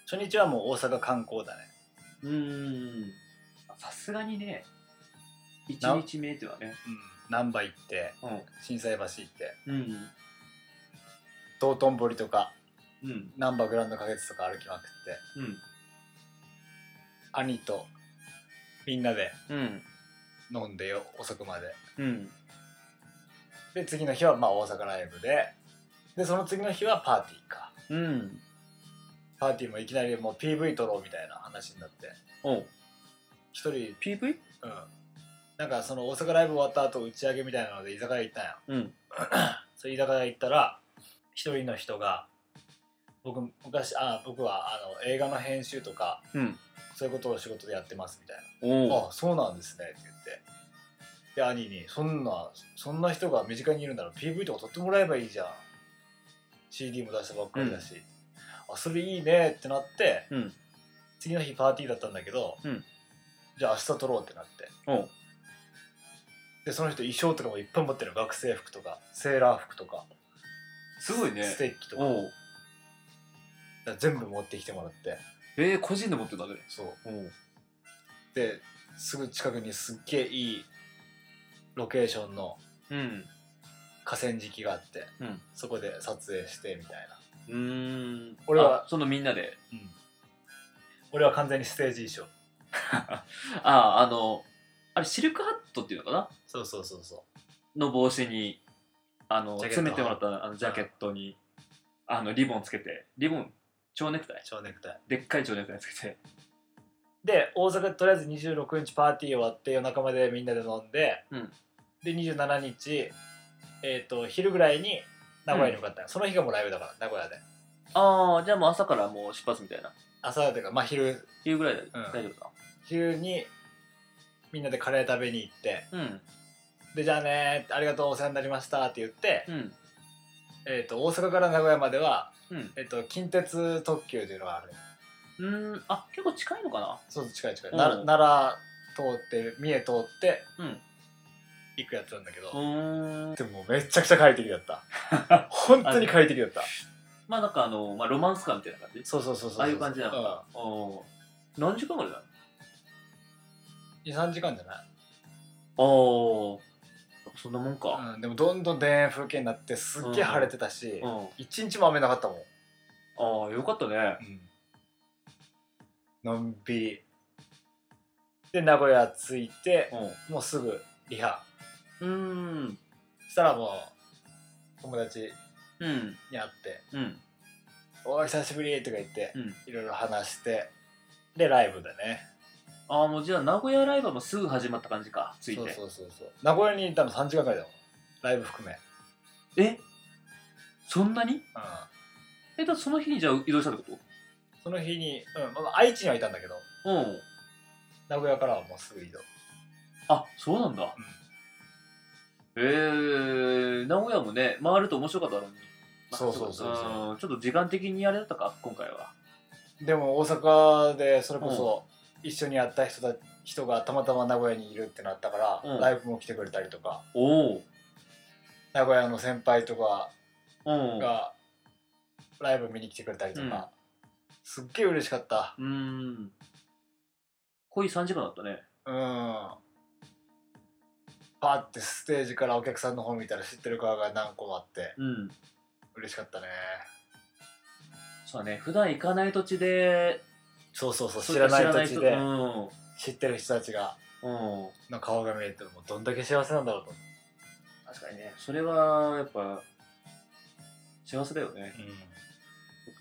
[SPEAKER 2] 初日はもう大阪観光だね
[SPEAKER 1] ブうーんさすがにね一
[SPEAKER 2] な
[SPEAKER 1] 日目ではね
[SPEAKER 2] うん難波行って心斎橋行って
[SPEAKER 1] うんうん
[SPEAKER 2] 道頓堀とか
[SPEAKER 1] うん
[SPEAKER 2] 難波グランド花月とか歩きまくって兄とみんなで
[SPEAKER 1] うんうん
[SPEAKER 2] 飲んでよ遅くまで
[SPEAKER 1] うん
[SPEAKER 2] で次の日はまあ大阪ライブででその次の日はパーティーか
[SPEAKER 1] うん
[SPEAKER 2] パーティーもいきなりもう PV 撮ろうみたいな話になって
[SPEAKER 1] おう
[SPEAKER 2] 一人
[SPEAKER 1] PV?
[SPEAKER 2] うんなんかその大阪ライブ終わった後打ち上げみたいなので居酒屋行ったんや
[SPEAKER 1] うん
[SPEAKER 2] それ居酒屋行ったら一人の人が僕昔あ僕はあの映画の編集とか
[SPEAKER 1] うん
[SPEAKER 2] そういうことを仕事でやってますみたいな
[SPEAKER 1] おう
[SPEAKER 2] あそうなんですねって言ってで兄にそんなそんな人が身近にいるなら PV とか撮ってもらえばいいじゃん CD も出したばっかりだし、あそれいいねってなって
[SPEAKER 1] うん
[SPEAKER 2] 次の日パーティーだったんだけど、
[SPEAKER 1] うん
[SPEAKER 2] じゃあ明日撮ろうってなって
[SPEAKER 1] おう
[SPEAKER 2] でその人衣装とかもいっぱい持ってる学生服とかセーラー服とか
[SPEAKER 1] すごいね
[SPEAKER 2] ステッキとかだか
[SPEAKER 1] おう
[SPEAKER 2] ら全部持ってきてもらって
[SPEAKER 1] えー、個人で持ってたね
[SPEAKER 2] そう
[SPEAKER 1] おう
[SPEAKER 2] ですぐ近くにすっげえいいロケーションの
[SPEAKER 1] うん
[SPEAKER 2] 河川敷があって、
[SPEAKER 1] うん
[SPEAKER 2] そこで撮影してみたいな
[SPEAKER 1] うーん
[SPEAKER 2] 俺は
[SPEAKER 1] あそのみんな [laughs] で
[SPEAKER 2] 俺は完全にステージ衣装
[SPEAKER 1] あああのあれシルクハットっていうのかな
[SPEAKER 2] そうそうそうそう
[SPEAKER 1] の帽子にあの
[SPEAKER 2] ジャケット
[SPEAKER 1] 詰めてもらったあのジャケットにあのリボンつけてリボン蝶ネクタイ
[SPEAKER 2] 蝶ネクタイ
[SPEAKER 1] でっかい蝶ネクタイつけて
[SPEAKER 2] で大阪でとりあえず26日パーティー終わって夜中までみんなで飲んで、
[SPEAKER 1] うん
[SPEAKER 2] で27日、えー、と昼ぐらいに名古屋に向かったの、その日がもうライブだから名古屋で
[SPEAKER 1] ああじゃあもう朝からもう出発みたいなっ
[SPEAKER 2] 朝だというかまあ昼
[SPEAKER 1] ていうぐらいで
[SPEAKER 2] ん
[SPEAKER 1] 大丈夫か
[SPEAKER 2] 昼にみんなでカレー食べに行って
[SPEAKER 1] なうん
[SPEAKER 2] でじゃあねありがとうお世話になりましたって言って、
[SPEAKER 1] うん
[SPEAKER 2] えー、と大阪から名古屋までは、
[SPEAKER 1] うん
[SPEAKER 2] えー、と近鉄特急というのがある
[SPEAKER 1] うんんあ結構近いのかな
[SPEAKER 2] そう近い近い、
[SPEAKER 1] うん
[SPEAKER 2] な奈良通って三重通って
[SPEAKER 1] うん
[SPEAKER 2] 行くやつなんだけど、
[SPEAKER 1] うーん
[SPEAKER 2] でもめちゃくちゃ快適だった
[SPEAKER 1] [laughs]
[SPEAKER 2] 本当に快適だった
[SPEAKER 1] まあなんかあの、まあ、ロマンス感みたいな感じ
[SPEAKER 2] そうそうそうそう
[SPEAKER 1] ああいう感じなの
[SPEAKER 2] の、
[SPEAKER 1] おー何時間ぐらいだ
[SPEAKER 2] うん、23時間じゃない
[SPEAKER 1] おおそんなもんか、
[SPEAKER 2] うん、でもどんどん田園風景になってすっげえ晴れてたし、
[SPEAKER 1] うん、
[SPEAKER 2] 一日も雨なかったもん、
[SPEAKER 1] ああよかったね
[SPEAKER 2] のんびりで名古屋着いて
[SPEAKER 1] うん
[SPEAKER 2] もうすぐリハ
[SPEAKER 1] うーん
[SPEAKER 2] したらもう友達
[SPEAKER 1] うん
[SPEAKER 2] に会って
[SPEAKER 1] うん
[SPEAKER 2] 「おい久しぶり」とか言って
[SPEAKER 1] うん
[SPEAKER 2] いろいろ話してでライブだね
[SPEAKER 1] ああもうじゃあ名古屋ライブはもうすぐ始まった感じかついて
[SPEAKER 2] そうそうそうそう名古屋にいたの3時間くらいだもんライブ含め
[SPEAKER 1] えそんなに
[SPEAKER 2] うん
[SPEAKER 1] えだってその日にじゃあ移動したってこ
[SPEAKER 2] その日に、うんまあ、愛知にはいたんだけど
[SPEAKER 1] とうん
[SPEAKER 2] 名古屋からはもうすぐ移動
[SPEAKER 1] あそうなんだ、えー、名古屋もね回ると面白かったのに
[SPEAKER 2] そうそうそうそうん
[SPEAKER 1] ちょっと時間的にあれだったか今回は
[SPEAKER 2] でも大阪でそれこそ一緒にやった人だ人がたまたま名古屋にいるってなったから、
[SPEAKER 1] うん
[SPEAKER 2] ライブも来てくれたりとか
[SPEAKER 1] おお
[SPEAKER 2] 名古屋の先輩とか
[SPEAKER 1] うん
[SPEAKER 2] がライブ見に来てくれたりとか、すっげえ嬉しかった
[SPEAKER 1] うーん濃い3時間だったね
[SPEAKER 2] うんパッてステージからお客さんの方見たら知ってる顔が何個もあって
[SPEAKER 1] うん
[SPEAKER 2] 嬉しかったね
[SPEAKER 1] そうだね普段行かない土地で
[SPEAKER 2] そうそうそう知らない土地
[SPEAKER 1] う
[SPEAKER 2] で
[SPEAKER 1] ん、
[SPEAKER 2] 知ってる人たちが
[SPEAKER 1] うん、
[SPEAKER 2] の顔が見えてもうどんだけ幸せなんだろうと思
[SPEAKER 1] 確かにねそれはやっぱ幸せだよね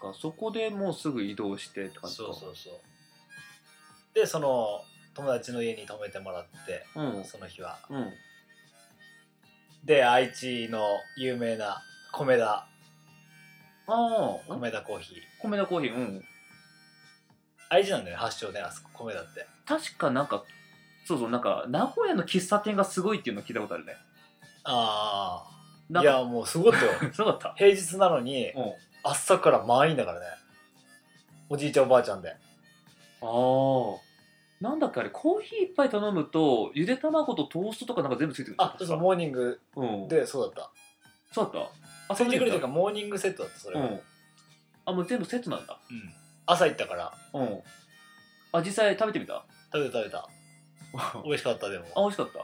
[SPEAKER 2] う、う
[SPEAKER 1] そっ
[SPEAKER 2] ん、
[SPEAKER 1] かそこでもうすぐ移動してって感じか
[SPEAKER 2] そうそうそうでその友達の家に泊めてもらって
[SPEAKER 1] うん
[SPEAKER 2] その日は
[SPEAKER 1] うん
[SPEAKER 2] で愛知の有名な米田
[SPEAKER 1] ああ
[SPEAKER 2] 米田コーヒー
[SPEAKER 1] 米田コーヒーうん
[SPEAKER 2] 愛知なんだよね発祥ねあそこ米田って
[SPEAKER 1] 確かなんかそうそうなんか名古屋の喫茶店がすごいっていうの聞いたことあるね
[SPEAKER 2] あ
[SPEAKER 1] な
[SPEAKER 2] あ
[SPEAKER 1] ん
[SPEAKER 2] い
[SPEAKER 1] か
[SPEAKER 2] やもうすごいよ [laughs]
[SPEAKER 1] そうだった
[SPEAKER 2] 平日なのに
[SPEAKER 1] うん
[SPEAKER 2] 朝から満員だからねおじいちゃんおばあちゃんで
[SPEAKER 1] ああなんだっけあれコーヒー一杯頼むとゆで卵とトーストとかなんか全部ついてくるんだ
[SPEAKER 2] あそうそうモーニング
[SPEAKER 1] うん、
[SPEAKER 2] でそうだっ
[SPEAKER 1] そうだった
[SPEAKER 2] た
[SPEAKER 1] あ
[SPEAKER 2] ついてくるという
[SPEAKER 1] か
[SPEAKER 2] かモーニングセットだったそ
[SPEAKER 1] う
[SPEAKER 2] れが、
[SPEAKER 1] んあもう全部セットなんだ
[SPEAKER 2] うん朝行ったから
[SPEAKER 1] うんあ実際食べてみ
[SPEAKER 2] [laughs]
[SPEAKER 1] た
[SPEAKER 2] 食べた食べた
[SPEAKER 1] あ
[SPEAKER 2] 美味しかったでも
[SPEAKER 1] 美味しかった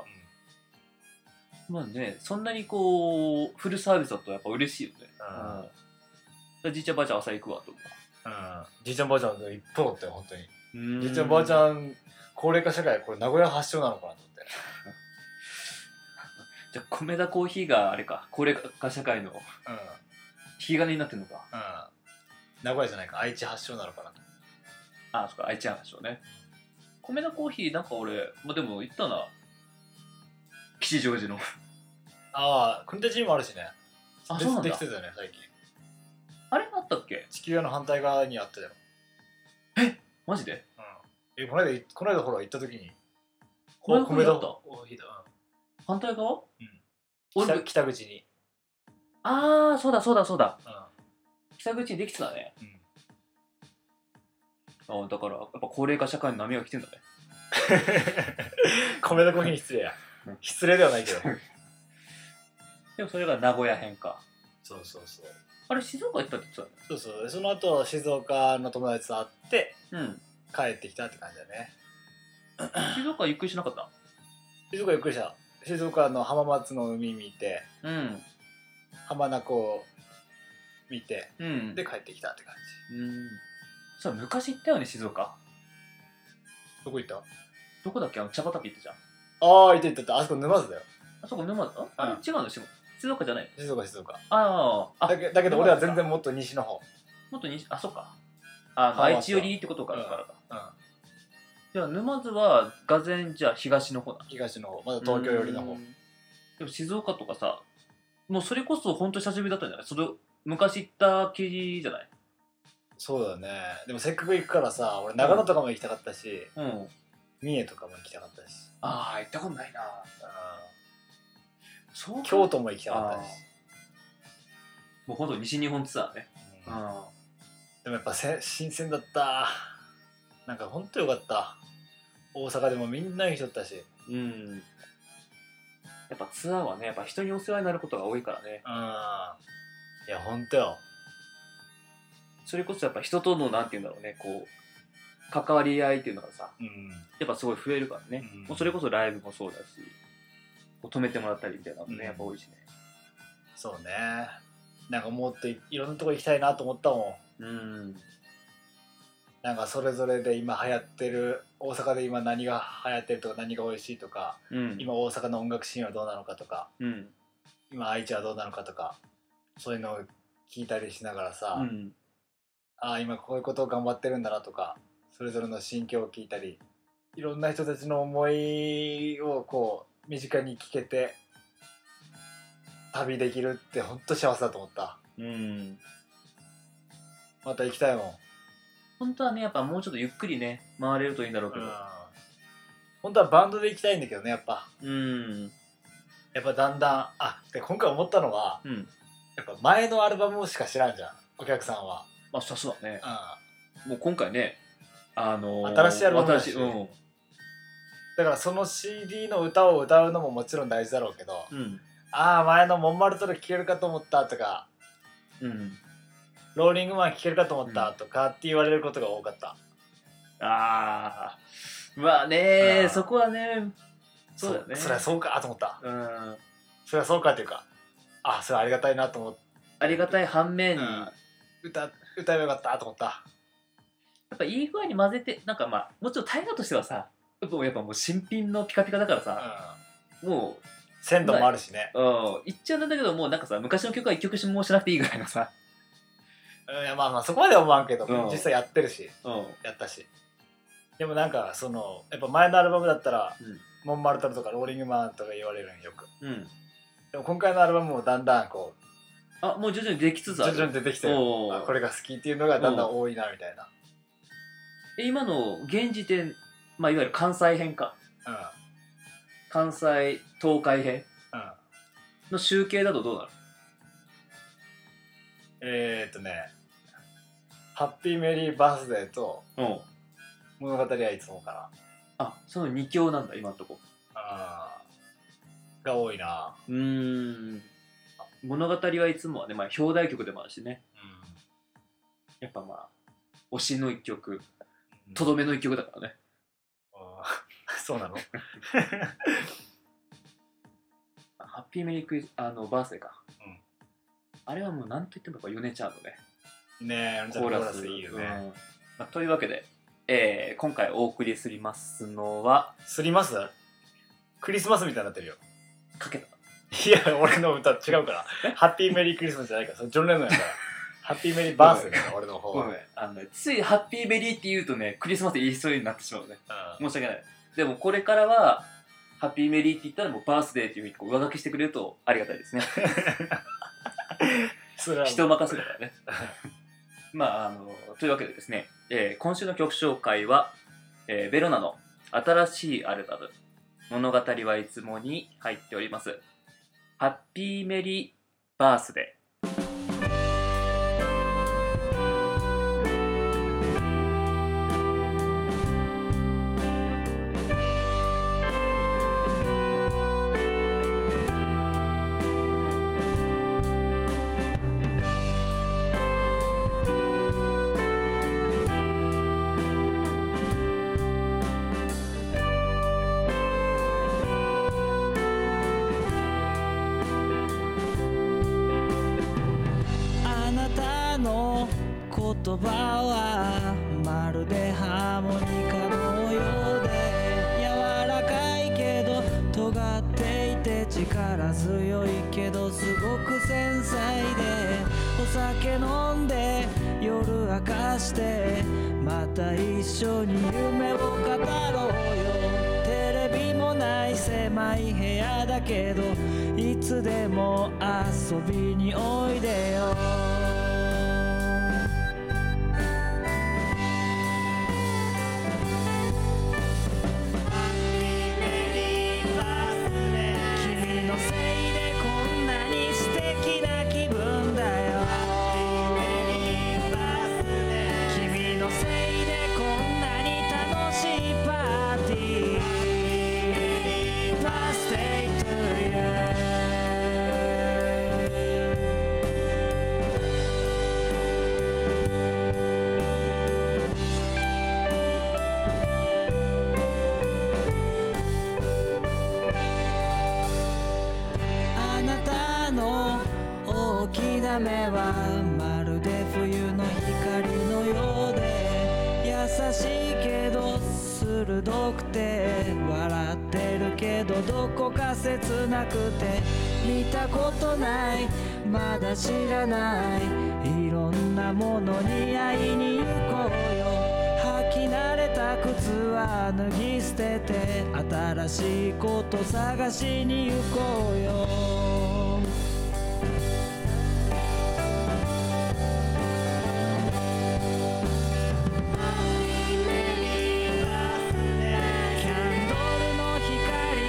[SPEAKER 2] うん
[SPEAKER 1] まあねそんなにこうフルサービスだとやっぱ嬉しいよね
[SPEAKER 2] うん
[SPEAKER 1] うんじいちゃんばあちゃん朝行くわと思
[SPEAKER 2] うんじいちゃんばあちゃんの一方だったよ本当に
[SPEAKER 1] うう
[SPEAKER 2] じいちゃんばあち
[SPEAKER 1] ん
[SPEAKER 2] ゃん高齢化社会これ名古屋発祥なのかなと思って
[SPEAKER 1] じゃあ米田コーヒーがあれか高齢化社会の引
[SPEAKER 2] うんうん
[SPEAKER 1] き金になってるのか
[SPEAKER 2] 名古屋じゃないか愛知発祥なのかなと
[SPEAKER 1] あそっか愛知なんでしょうね米田コーヒーなんか俺まあでも行ったな吉祥寺の
[SPEAKER 2] ああ国立にもあるしね
[SPEAKER 1] あ
[SPEAKER 2] で
[SPEAKER 1] そうなんだ
[SPEAKER 2] できてたよね最近
[SPEAKER 1] あれあったっけ
[SPEAKER 2] 地球屋の反対側にあったよ、
[SPEAKER 1] マジで
[SPEAKER 2] うん、えこの間いこの間ほら行った時に
[SPEAKER 1] この間ここにあった
[SPEAKER 2] コーヒーだ
[SPEAKER 1] 反対側
[SPEAKER 2] うん
[SPEAKER 1] 俺
[SPEAKER 2] 北北口に
[SPEAKER 1] ああそうだそうだそうだ
[SPEAKER 2] うん、
[SPEAKER 1] 北口にできてたね
[SPEAKER 2] うん、
[SPEAKER 1] あーだからやっぱ高齢化社会の波が来てんだね
[SPEAKER 2] 米田コーヒーに失礼や
[SPEAKER 1] うん
[SPEAKER 2] 失礼ではないけど
[SPEAKER 1] でもそれが名古屋編か
[SPEAKER 2] そうそうそう
[SPEAKER 1] あれ静岡行ったって言って
[SPEAKER 2] そうそうでその後静岡の友達と会って
[SPEAKER 1] たね
[SPEAKER 2] 帰ってきたって感じだね
[SPEAKER 1] うん静岡ゆっくりしなかった
[SPEAKER 2] 静岡ゆっくりした静岡の浜松の海見て
[SPEAKER 1] うん
[SPEAKER 2] 浜名湖を見て
[SPEAKER 1] うん
[SPEAKER 2] で帰ってきたって感
[SPEAKER 1] うんそう昔行ったよね静岡
[SPEAKER 2] じどこ行った
[SPEAKER 1] どこだっけあの茶畑行ったじゃん
[SPEAKER 2] ああいたいたいたあそこ沼津だよ
[SPEAKER 1] あそこ沼津ああれ
[SPEAKER 2] うん
[SPEAKER 1] 違うのし静岡じゃない
[SPEAKER 2] 静岡静岡
[SPEAKER 1] あああ
[SPEAKER 2] だけだけど
[SPEAKER 1] 沼
[SPEAKER 2] 俺
[SPEAKER 1] 津
[SPEAKER 2] は
[SPEAKER 1] か
[SPEAKER 2] 全然もっと西の方
[SPEAKER 1] もっと西あそっかあの
[SPEAKER 2] 浜松
[SPEAKER 1] 愛知寄りってことか
[SPEAKER 2] うん
[SPEAKER 1] だからか
[SPEAKER 2] うん
[SPEAKER 1] じゃあ沼津はがぜんじゃあ東の方だ
[SPEAKER 2] 東の方まだ東京寄りの
[SPEAKER 1] う
[SPEAKER 2] 方
[SPEAKER 1] んでも静岡とかさもうそれこそ本当久しぶりだったんじゃないそれ昔行ったきりじゃない
[SPEAKER 2] そうだよねでもせっかく行くからさ俺長野とかも行きたかったし、
[SPEAKER 1] うん
[SPEAKER 2] 三重とかも行きたかったし、
[SPEAKER 1] ああ行ったことないなそう
[SPEAKER 2] うん、
[SPEAKER 1] 京
[SPEAKER 2] 京
[SPEAKER 1] 都
[SPEAKER 2] 都も行きたかったし、
[SPEAKER 1] もうほんと西日本ツアーね
[SPEAKER 2] うん
[SPEAKER 1] ん
[SPEAKER 2] でもやっぱせ新鮮だったなんかほんとよかった大阪でもみんな人だったし
[SPEAKER 1] うんやっぱツアーはねやっぱ人にお世話になることが多いからね
[SPEAKER 2] うんいやほんとよ
[SPEAKER 1] それこそやっぱ人とのなんて言うんだろうねこう関わり合いっていうのがさ
[SPEAKER 2] うん
[SPEAKER 1] やっぱすごい増えるからね、
[SPEAKER 2] うん
[SPEAKER 1] もうそれこそライブもそうだしこう止めてもらったりみたいなのもね、
[SPEAKER 2] うん
[SPEAKER 1] やっぱ多いしね
[SPEAKER 2] そうねなんかもっといいろんなとこ行きたいなと思ったもん
[SPEAKER 1] うん
[SPEAKER 2] なんかそれぞれで今流行ってる大阪で今何が流行ってるとか何が美味しいとか
[SPEAKER 1] うん
[SPEAKER 2] 今大阪の音楽シーンはどうなのかとか
[SPEAKER 1] うん
[SPEAKER 2] 今愛知はどうなのかとかそういうのを聞いたりしながらさ、
[SPEAKER 1] うん
[SPEAKER 2] ああ今こういうことを頑張ってるんだなとかそれぞれの心境を聞いたりいろんな人たちの思いをこう身近に聞けて旅できるってほんと幸せだと思った
[SPEAKER 1] うん
[SPEAKER 2] また行きたいもん、
[SPEAKER 1] 本当はねやっぱもうちょっとゆっくりね回れるといいんだろうけど、
[SPEAKER 2] うん本当はバンドで行きたいんだけどねやっぱ
[SPEAKER 1] うん。
[SPEAKER 2] やっぱだんだんあで今回思ったのは
[SPEAKER 1] うん。
[SPEAKER 2] やっぱ前のアルバムしか知らんじゃんお客さんは、
[SPEAKER 1] まあ、さすがね。
[SPEAKER 2] う
[SPEAKER 1] もう今回ね、あのー
[SPEAKER 2] 新しいアルバムだ
[SPEAKER 1] 新
[SPEAKER 2] し
[SPEAKER 1] しいうん。
[SPEAKER 2] ん、だからその CD の歌を歌うのももちろん大事だろうけど、
[SPEAKER 1] うん。
[SPEAKER 2] ああ前のモンマルトル聴けるかと思ったとか
[SPEAKER 1] うん。
[SPEAKER 2] ローリングマン聴けるかと思ったとかって言われることが多かった、
[SPEAKER 1] ああ。まあ
[SPEAKER 2] あ
[SPEAKER 1] ね
[SPEAKER 2] ー
[SPEAKER 1] そこはね、そうだよね。
[SPEAKER 2] そりゃそうかと思った
[SPEAKER 1] うん。
[SPEAKER 2] そりゃそうかっていうかあそれありがたいなと思って、
[SPEAKER 1] ありがたい反面、や
[SPEAKER 2] 歌歌えばよかったと思った
[SPEAKER 1] っぱいい具合に混ぜて、なんかまあ、もちろん大河としてはさ、やっぱやっぱもう新品のピカピカだから
[SPEAKER 2] うん
[SPEAKER 1] さ、も
[SPEAKER 2] 鮮度もあるしね、
[SPEAKER 1] う、うん、言っちゃうんだけど、もうなんかさ、昔の曲は一曲もしなくていいぐらいのさ、
[SPEAKER 2] うんいやまあまあそこまでは思わんけど、
[SPEAKER 1] うん
[SPEAKER 2] 実際やってるし
[SPEAKER 1] うん。
[SPEAKER 2] やったしでもなんかそのやっぱ前のアルバムだったら、
[SPEAKER 1] うん
[SPEAKER 2] モンマルトルとかローリングマンとか言われるんよく
[SPEAKER 1] うん。
[SPEAKER 2] でも今回のアルバムもだんだんこう
[SPEAKER 1] あ、もう徐々にできつつある。
[SPEAKER 2] 徐々に出てきてる
[SPEAKER 1] おー
[SPEAKER 2] あこれが好きっていうのがだんだん多いなみたいな、
[SPEAKER 1] え今の現時点、まあ、いわゆる関西編か
[SPEAKER 2] う
[SPEAKER 1] 関西東海編
[SPEAKER 2] んうん、
[SPEAKER 1] の集計だとどうなる
[SPEAKER 2] えー、っとね「ハッピーメリーバースデー」と
[SPEAKER 1] うん
[SPEAKER 2] 「物語はいつも」か
[SPEAKER 1] あその2強なんだ今のとこ
[SPEAKER 2] なうんが多いな
[SPEAKER 1] うーん物語はいつもはね、まあ、表題曲でもあるしねやっぱまあ推しの1曲
[SPEAKER 2] うん
[SPEAKER 1] とどめの1曲だからね
[SPEAKER 2] あー [laughs] そうなの
[SPEAKER 1] あハッピーメリークリスあのバースデーか、
[SPEAKER 2] うん
[SPEAKER 1] あれはもう何と言ってもやっぱ米ちゃんのね
[SPEAKER 2] ねえ
[SPEAKER 1] コーラス
[SPEAKER 2] いいよ
[SPEAKER 1] うん
[SPEAKER 2] ね、
[SPEAKER 1] まあ、というわけで、えー今回お送りすりますのは
[SPEAKER 2] すりますクリスマスみたいになってるよ [laughs]
[SPEAKER 1] かけた
[SPEAKER 2] いや俺の歌違
[SPEAKER 1] [laughs]
[SPEAKER 2] うからハッピーメリークリスマスじゃないからそれジョン・レノンやからハッピーメリーバースデーだから俺の方
[SPEAKER 1] ご
[SPEAKER 2] は、
[SPEAKER 1] めんあのねついハッピーベリーって言うとねクリスマス言いそうになってしまうね
[SPEAKER 2] うん
[SPEAKER 1] 申し訳ないでもこれからはハッピーメリーって言ったらもうバースデーっていうふうにこう上書きしてくれるとありがたいですね
[SPEAKER 2] それは
[SPEAKER 1] 人任せだからね [laughs] まああのというわけでですね、えー今週の曲紹介は、えーベロナの新しいアルバム「物語はいつも」に入っておりますハッピーメリーバースデー
[SPEAKER 3] あなたの言葉はまるでハーモニカのようで柔らかいけど尖っていて力強いけどすごく繊細でお酒飲んで夜明かしてまた一緒に夢を語ろうよテレビもない狭い部屋だけどいつでも遊びにおいでよ君のせいでこんなに素敵な気分だよ君のせいでこんなに楽しいパーティー Birthday to you あなたの大きな目はまるで冬の光のようで優しいけど鋭くて笑ってるけどどこか切なくて見たことないまだ知らないいろんなものに会いに行こうよ履き慣れた靴は脱ぎ捨てて新しいこと探しに行こうよキャンドル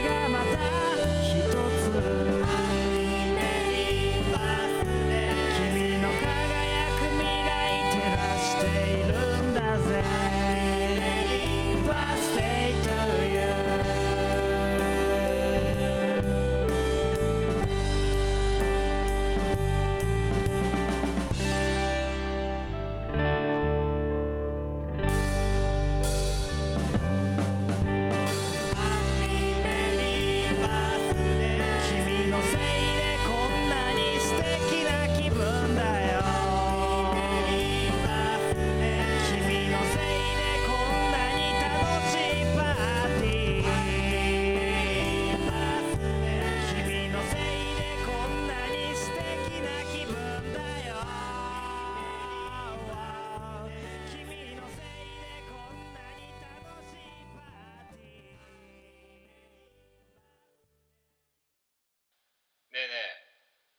[SPEAKER 4] ねえねえ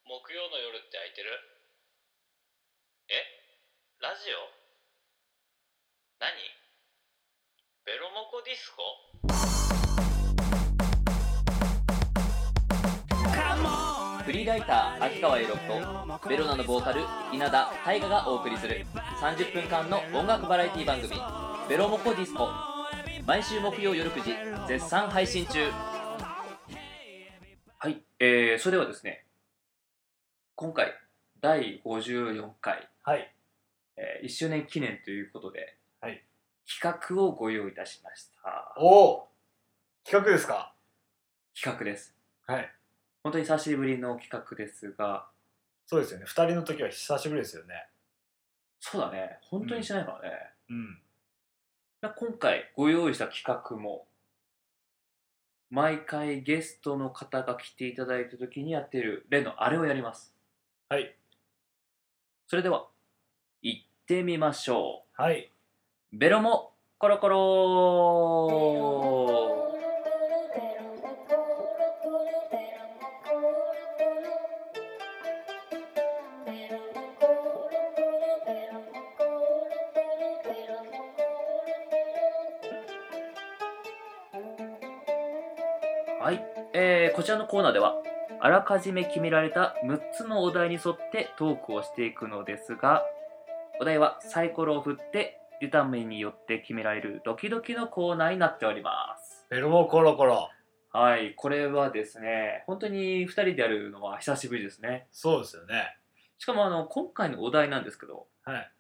[SPEAKER 4] 木曜の夜って空いてるえラジオ何ベロモコディスコ
[SPEAKER 3] Come on
[SPEAKER 1] フリーライター秋川栄六とベロナのボーカル稲田大我がお送りする30分間の音楽バラエティ番組「ベロモコディスコ」毎週木曜夜9時絶賛配信中はいえー、それではですね今回第54回、
[SPEAKER 2] はい
[SPEAKER 1] え1周年記念ということで、
[SPEAKER 2] はい
[SPEAKER 1] 企画をご用意いたしました
[SPEAKER 2] おお企画ですか
[SPEAKER 1] 企画です
[SPEAKER 2] はい
[SPEAKER 1] 本当に久しぶりの企画ですが
[SPEAKER 2] そうですよね2人の時は久しぶりですよね
[SPEAKER 1] そうだね本当にしないからね、
[SPEAKER 2] うん
[SPEAKER 1] まあ今回ご用意した企画も毎回ゲストの方が来ていただいた時にやってる例のあれをやります
[SPEAKER 2] はい
[SPEAKER 1] それでは行ってみましょ
[SPEAKER 2] はい、
[SPEAKER 1] うベロもコロコロはい、えーこちらのコーナーではあらかじめ決められた6つのお題に沿ってトークをしていくのですがお題はサイコロを振って出た目によって決められるドキドキのコーナーになっております
[SPEAKER 2] ベロモコロコロ
[SPEAKER 1] はいこれはですね本当に2人でやるのは久しぶりですね
[SPEAKER 2] そうですよね
[SPEAKER 1] しかもあの今回のお題なんですけど、
[SPEAKER 2] はい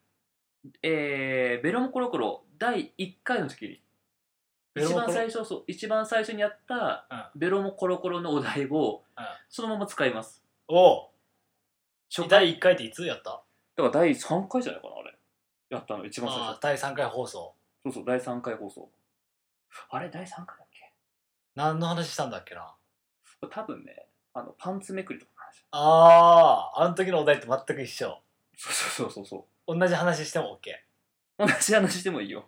[SPEAKER 1] えーベロモコロコロ第1回の時に
[SPEAKER 2] ベロ
[SPEAKER 1] 一
[SPEAKER 2] モコロ
[SPEAKER 1] 番最初そう一番最初にやったベロモコロコロのお題を
[SPEAKER 2] うん
[SPEAKER 1] そのまま使います
[SPEAKER 2] おお
[SPEAKER 1] 初回
[SPEAKER 2] 第1回っていつやった
[SPEAKER 1] だから第3回じゃないかなあれやったの一番最
[SPEAKER 2] あ
[SPEAKER 1] 初
[SPEAKER 2] ー第3回放送
[SPEAKER 1] そうそう第3回放送あれ第3回だっけ
[SPEAKER 2] 何の話したんだっけな
[SPEAKER 1] 多分ねあのパンツめくりとかの話
[SPEAKER 2] あああの時のお題と全く一緒
[SPEAKER 1] そう [laughs] そうそうそう
[SPEAKER 2] 同じ話しても OK
[SPEAKER 1] 同じ話してもいいよ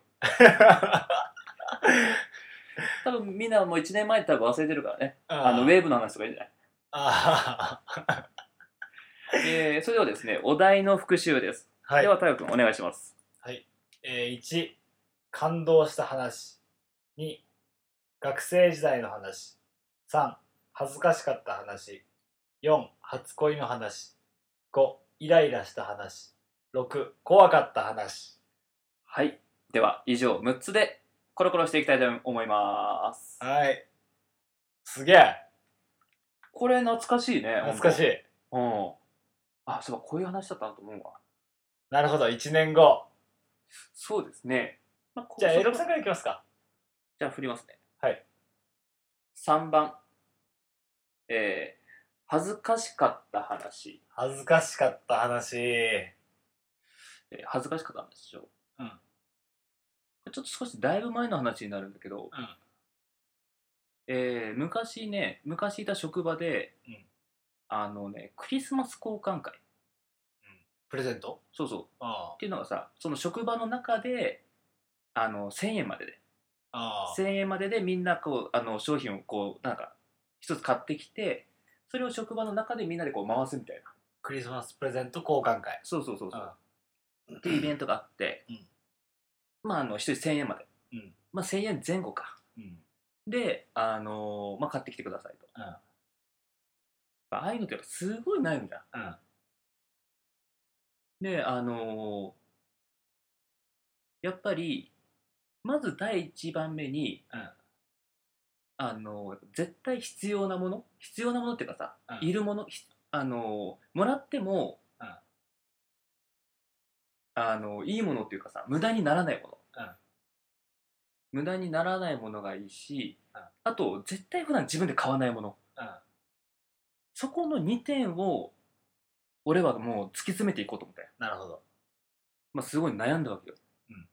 [SPEAKER 1] 多分みんなもう1年前多分忘れてるからねあのウェ
[SPEAKER 2] ェ
[SPEAKER 1] ーブの話とかいいんじゃない
[SPEAKER 2] あー
[SPEAKER 1] えー、それではですね、お題の復習です。
[SPEAKER 2] [laughs] はい
[SPEAKER 1] では、太陽くんお願いします。
[SPEAKER 2] えー、1感動した話2学生時代の話3恥ずかしかった話4初恋の話5イライラした話6怖かった話
[SPEAKER 1] はい。では、以上6つでコロコロしていきたいと思います。
[SPEAKER 2] はいすげえ
[SPEAKER 1] これ懐かしいね。
[SPEAKER 2] 懐かし
[SPEAKER 1] い。
[SPEAKER 2] い
[SPEAKER 1] うん。あ、そうか、こういう話だったなと思うわ。
[SPEAKER 2] なるほど1年後
[SPEAKER 1] そうですね。まあ、こう
[SPEAKER 2] じゃあ
[SPEAKER 1] そう
[SPEAKER 2] エロさからいきますか
[SPEAKER 1] じゃあ振りますね。
[SPEAKER 2] はい。
[SPEAKER 1] 3番。えー、恥ずかしかった話。
[SPEAKER 2] 恥ずかしかった話
[SPEAKER 1] えー恥ずかしかった話でしょ。
[SPEAKER 2] うん
[SPEAKER 1] これちょっと少しだいぶ前の話になるんだけど、
[SPEAKER 2] うん
[SPEAKER 1] えー昔ね昔いた職場で、
[SPEAKER 2] うん
[SPEAKER 1] あのねクリスマス交換会
[SPEAKER 2] プレゼント
[SPEAKER 1] そうそうっ
[SPEAKER 2] あ
[SPEAKER 1] ていうのがさその職場の中であの1,000円までで
[SPEAKER 2] あ
[SPEAKER 1] 1,000円まででみんなこうあの商品をこうなんか一つ買ってきてそれを職場の中でみんなでこう回すみたいな
[SPEAKER 2] クリスマスプレゼント交換会
[SPEAKER 1] そうそうそうそう
[SPEAKER 2] あ
[SPEAKER 1] っていうイベントがあって、
[SPEAKER 2] うん
[SPEAKER 1] まああの1人1,000円まで、
[SPEAKER 2] うん
[SPEAKER 1] まあ、1,000円前後か
[SPEAKER 2] うん
[SPEAKER 1] で、あのーまあ、買ってきてくださいと、
[SPEAKER 2] うん
[SPEAKER 1] まあああいうのってやっぱすごい悩むじゃん
[SPEAKER 2] うん
[SPEAKER 1] であのーやっぱりまず第一番目に、
[SPEAKER 2] うん
[SPEAKER 1] あのー絶対必要なもの必要なものっていうかさ、
[SPEAKER 2] うん
[SPEAKER 1] いるもの、ひあのーもらっても、
[SPEAKER 2] うん
[SPEAKER 1] あのーいいものっていうかさ無駄にならないもの、
[SPEAKER 2] うん
[SPEAKER 1] 無駄にならないものがいいし、
[SPEAKER 2] うん
[SPEAKER 1] あと絶対普段自分で買わないもの
[SPEAKER 2] うん
[SPEAKER 1] そこの2点を俺はもう突き詰めていこうと思ったよ
[SPEAKER 2] なるほど
[SPEAKER 1] まあ、すごい悩んだわけよ、
[SPEAKER 2] うん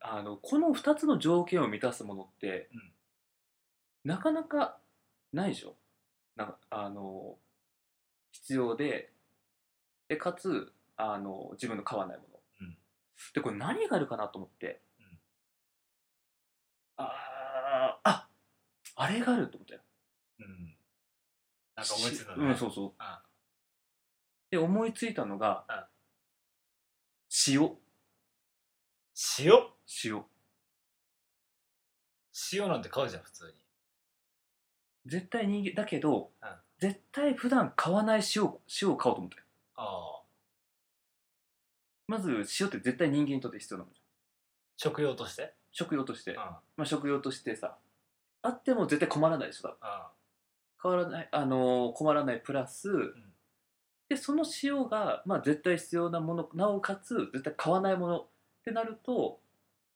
[SPEAKER 1] あのこの2つの条件を満たすものって、
[SPEAKER 2] うん
[SPEAKER 1] なかなかないでしょなんかあの必要ででかつあの自分の買わないもの、
[SPEAKER 2] うん
[SPEAKER 1] でこれ何があるかなと思って、
[SPEAKER 2] うん
[SPEAKER 1] あーああれがあると思ったよ
[SPEAKER 2] うんなんか思いついたね
[SPEAKER 1] うんそうそう、で思いついたのが、
[SPEAKER 2] うん
[SPEAKER 1] 塩
[SPEAKER 2] 塩
[SPEAKER 1] 塩
[SPEAKER 2] 塩なんて買うじゃん普通に
[SPEAKER 1] 絶対人間だけど、
[SPEAKER 2] うん
[SPEAKER 1] 絶対普段買わない塩塩を買おうと思って
[SPEAKER 2] ああ
[SPEAKER 1] まず塩って絶対人間にとって必要なの
[SPEAKER 2] 食用として
[SPEAKER 1] 食用として、
[SPEAKER 2] うんうん
[SPEAKER 1] まあ、食用としてさあっても絶対困らないでしょ多分変わらない、あのー困らないプラス、でその塩が、まあ、絶対必要なものなおかつ絶対買わないものってなると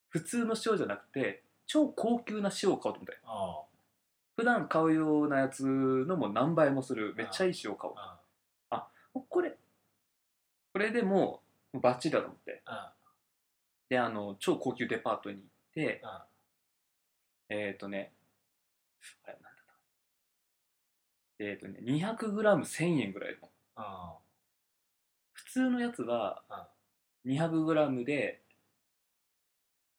[SPEAKER 1] 普通の塩じゃなくて超高級な塩を買おうと思って
[SPEAKER 2] あ
[SPEAKER 1] 普段買うようなやつのも何倍もするめっちゃいい塩を買おう
[SPEAKER 2] あ
[SPEAKER 1] これこれでもうバッチリだと思って
[SPEAKER 2] うんうん
[SPEAKER 1] であの超高級デパートに行って、
[SPEAKER 2] うん
[SPEAKER 1] えっ、ー、とね、あれ、なんだったかなえっ、ー、とね、200g1000 円ぐらいの。
[SPEAKER 2] あ
[SPEAKER 1] 普通のやつは
[SPEAKER 2] あ
[SPEAKER 1] 200g で、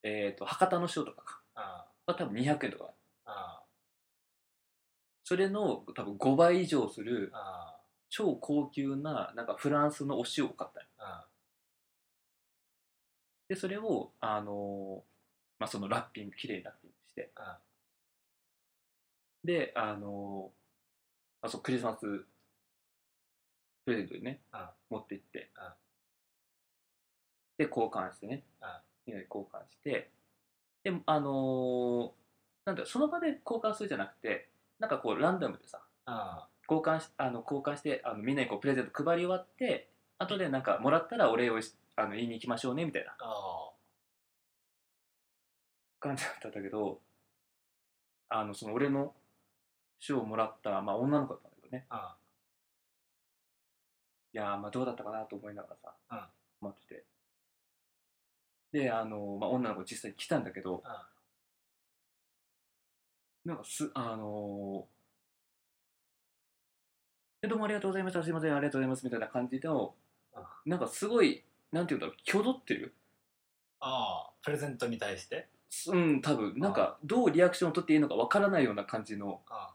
[SPEAKER 1] えっ、ー、と、博多の塩とかか。
[SPEAKER 2] あ
[SPEAKER 1] は多分200円とか。
[SPEAKER 2] あ
[SPEAKER 1] それの多分5倍以上する
[SPEAKER 2] あ
[SPEAKER 1] 超高級な、なんかフランスのお塩を買ったの
[SPEAKER 2] あ
[SPEAKER 1] で、それを、あのーまあ、そのラッピング、綺麗にラッピングして。
[SPEAKER 2] あ
[SPEAKER 1] で、あのーあ、そう、クリスマスプレゼントにね
[SPEAKER 2] うん、
[SPEAKER 1] 持って行って
[SPEAKER 2] うん、
[SPEAKER 1] で、交換してね
[SPEAKER 2] うん、
[SPEAKER 1] みんなで交換して、で、あのーなんだろうその場で交換するじゃなくて、なんかこう、ランダムでさ、
[SPEAKER 2] あ
[SPEAKER 1] 交換し、あの交換して、あのみんなにこうプレゼント配り終わって、後でなんか、もらったらお礼をしあの言いに行きましょうね、みたいな
[SPEAKER 2] ああ
[SPEAKER 1] 感じだったんだけど、あの、その俺の賞をもらった、まあ、女の子だったんだけどね、
[SPEAKER 2] あ
[SPEAKER 1] いやーまあどうだったかなと思いながらさ、
[SPEAKER 2] うん
[SPEAKER 1] 待っててであのー、まあ、女の子実際来たんだけど、なんかすあのーえどうもありがとうございましたすいませんありがとうございますみたいな感じの
[SPEAKER 2] うん
[SPEAKER 1] なんかすごいなんていうんだろう挙動ってる
[SPEAKER 2] あプレゼントに対して
[SPEAKER 1] すうん多分なんかどうリアクションを取っていいのかわからないような感じの
[SPEAKER 2] あ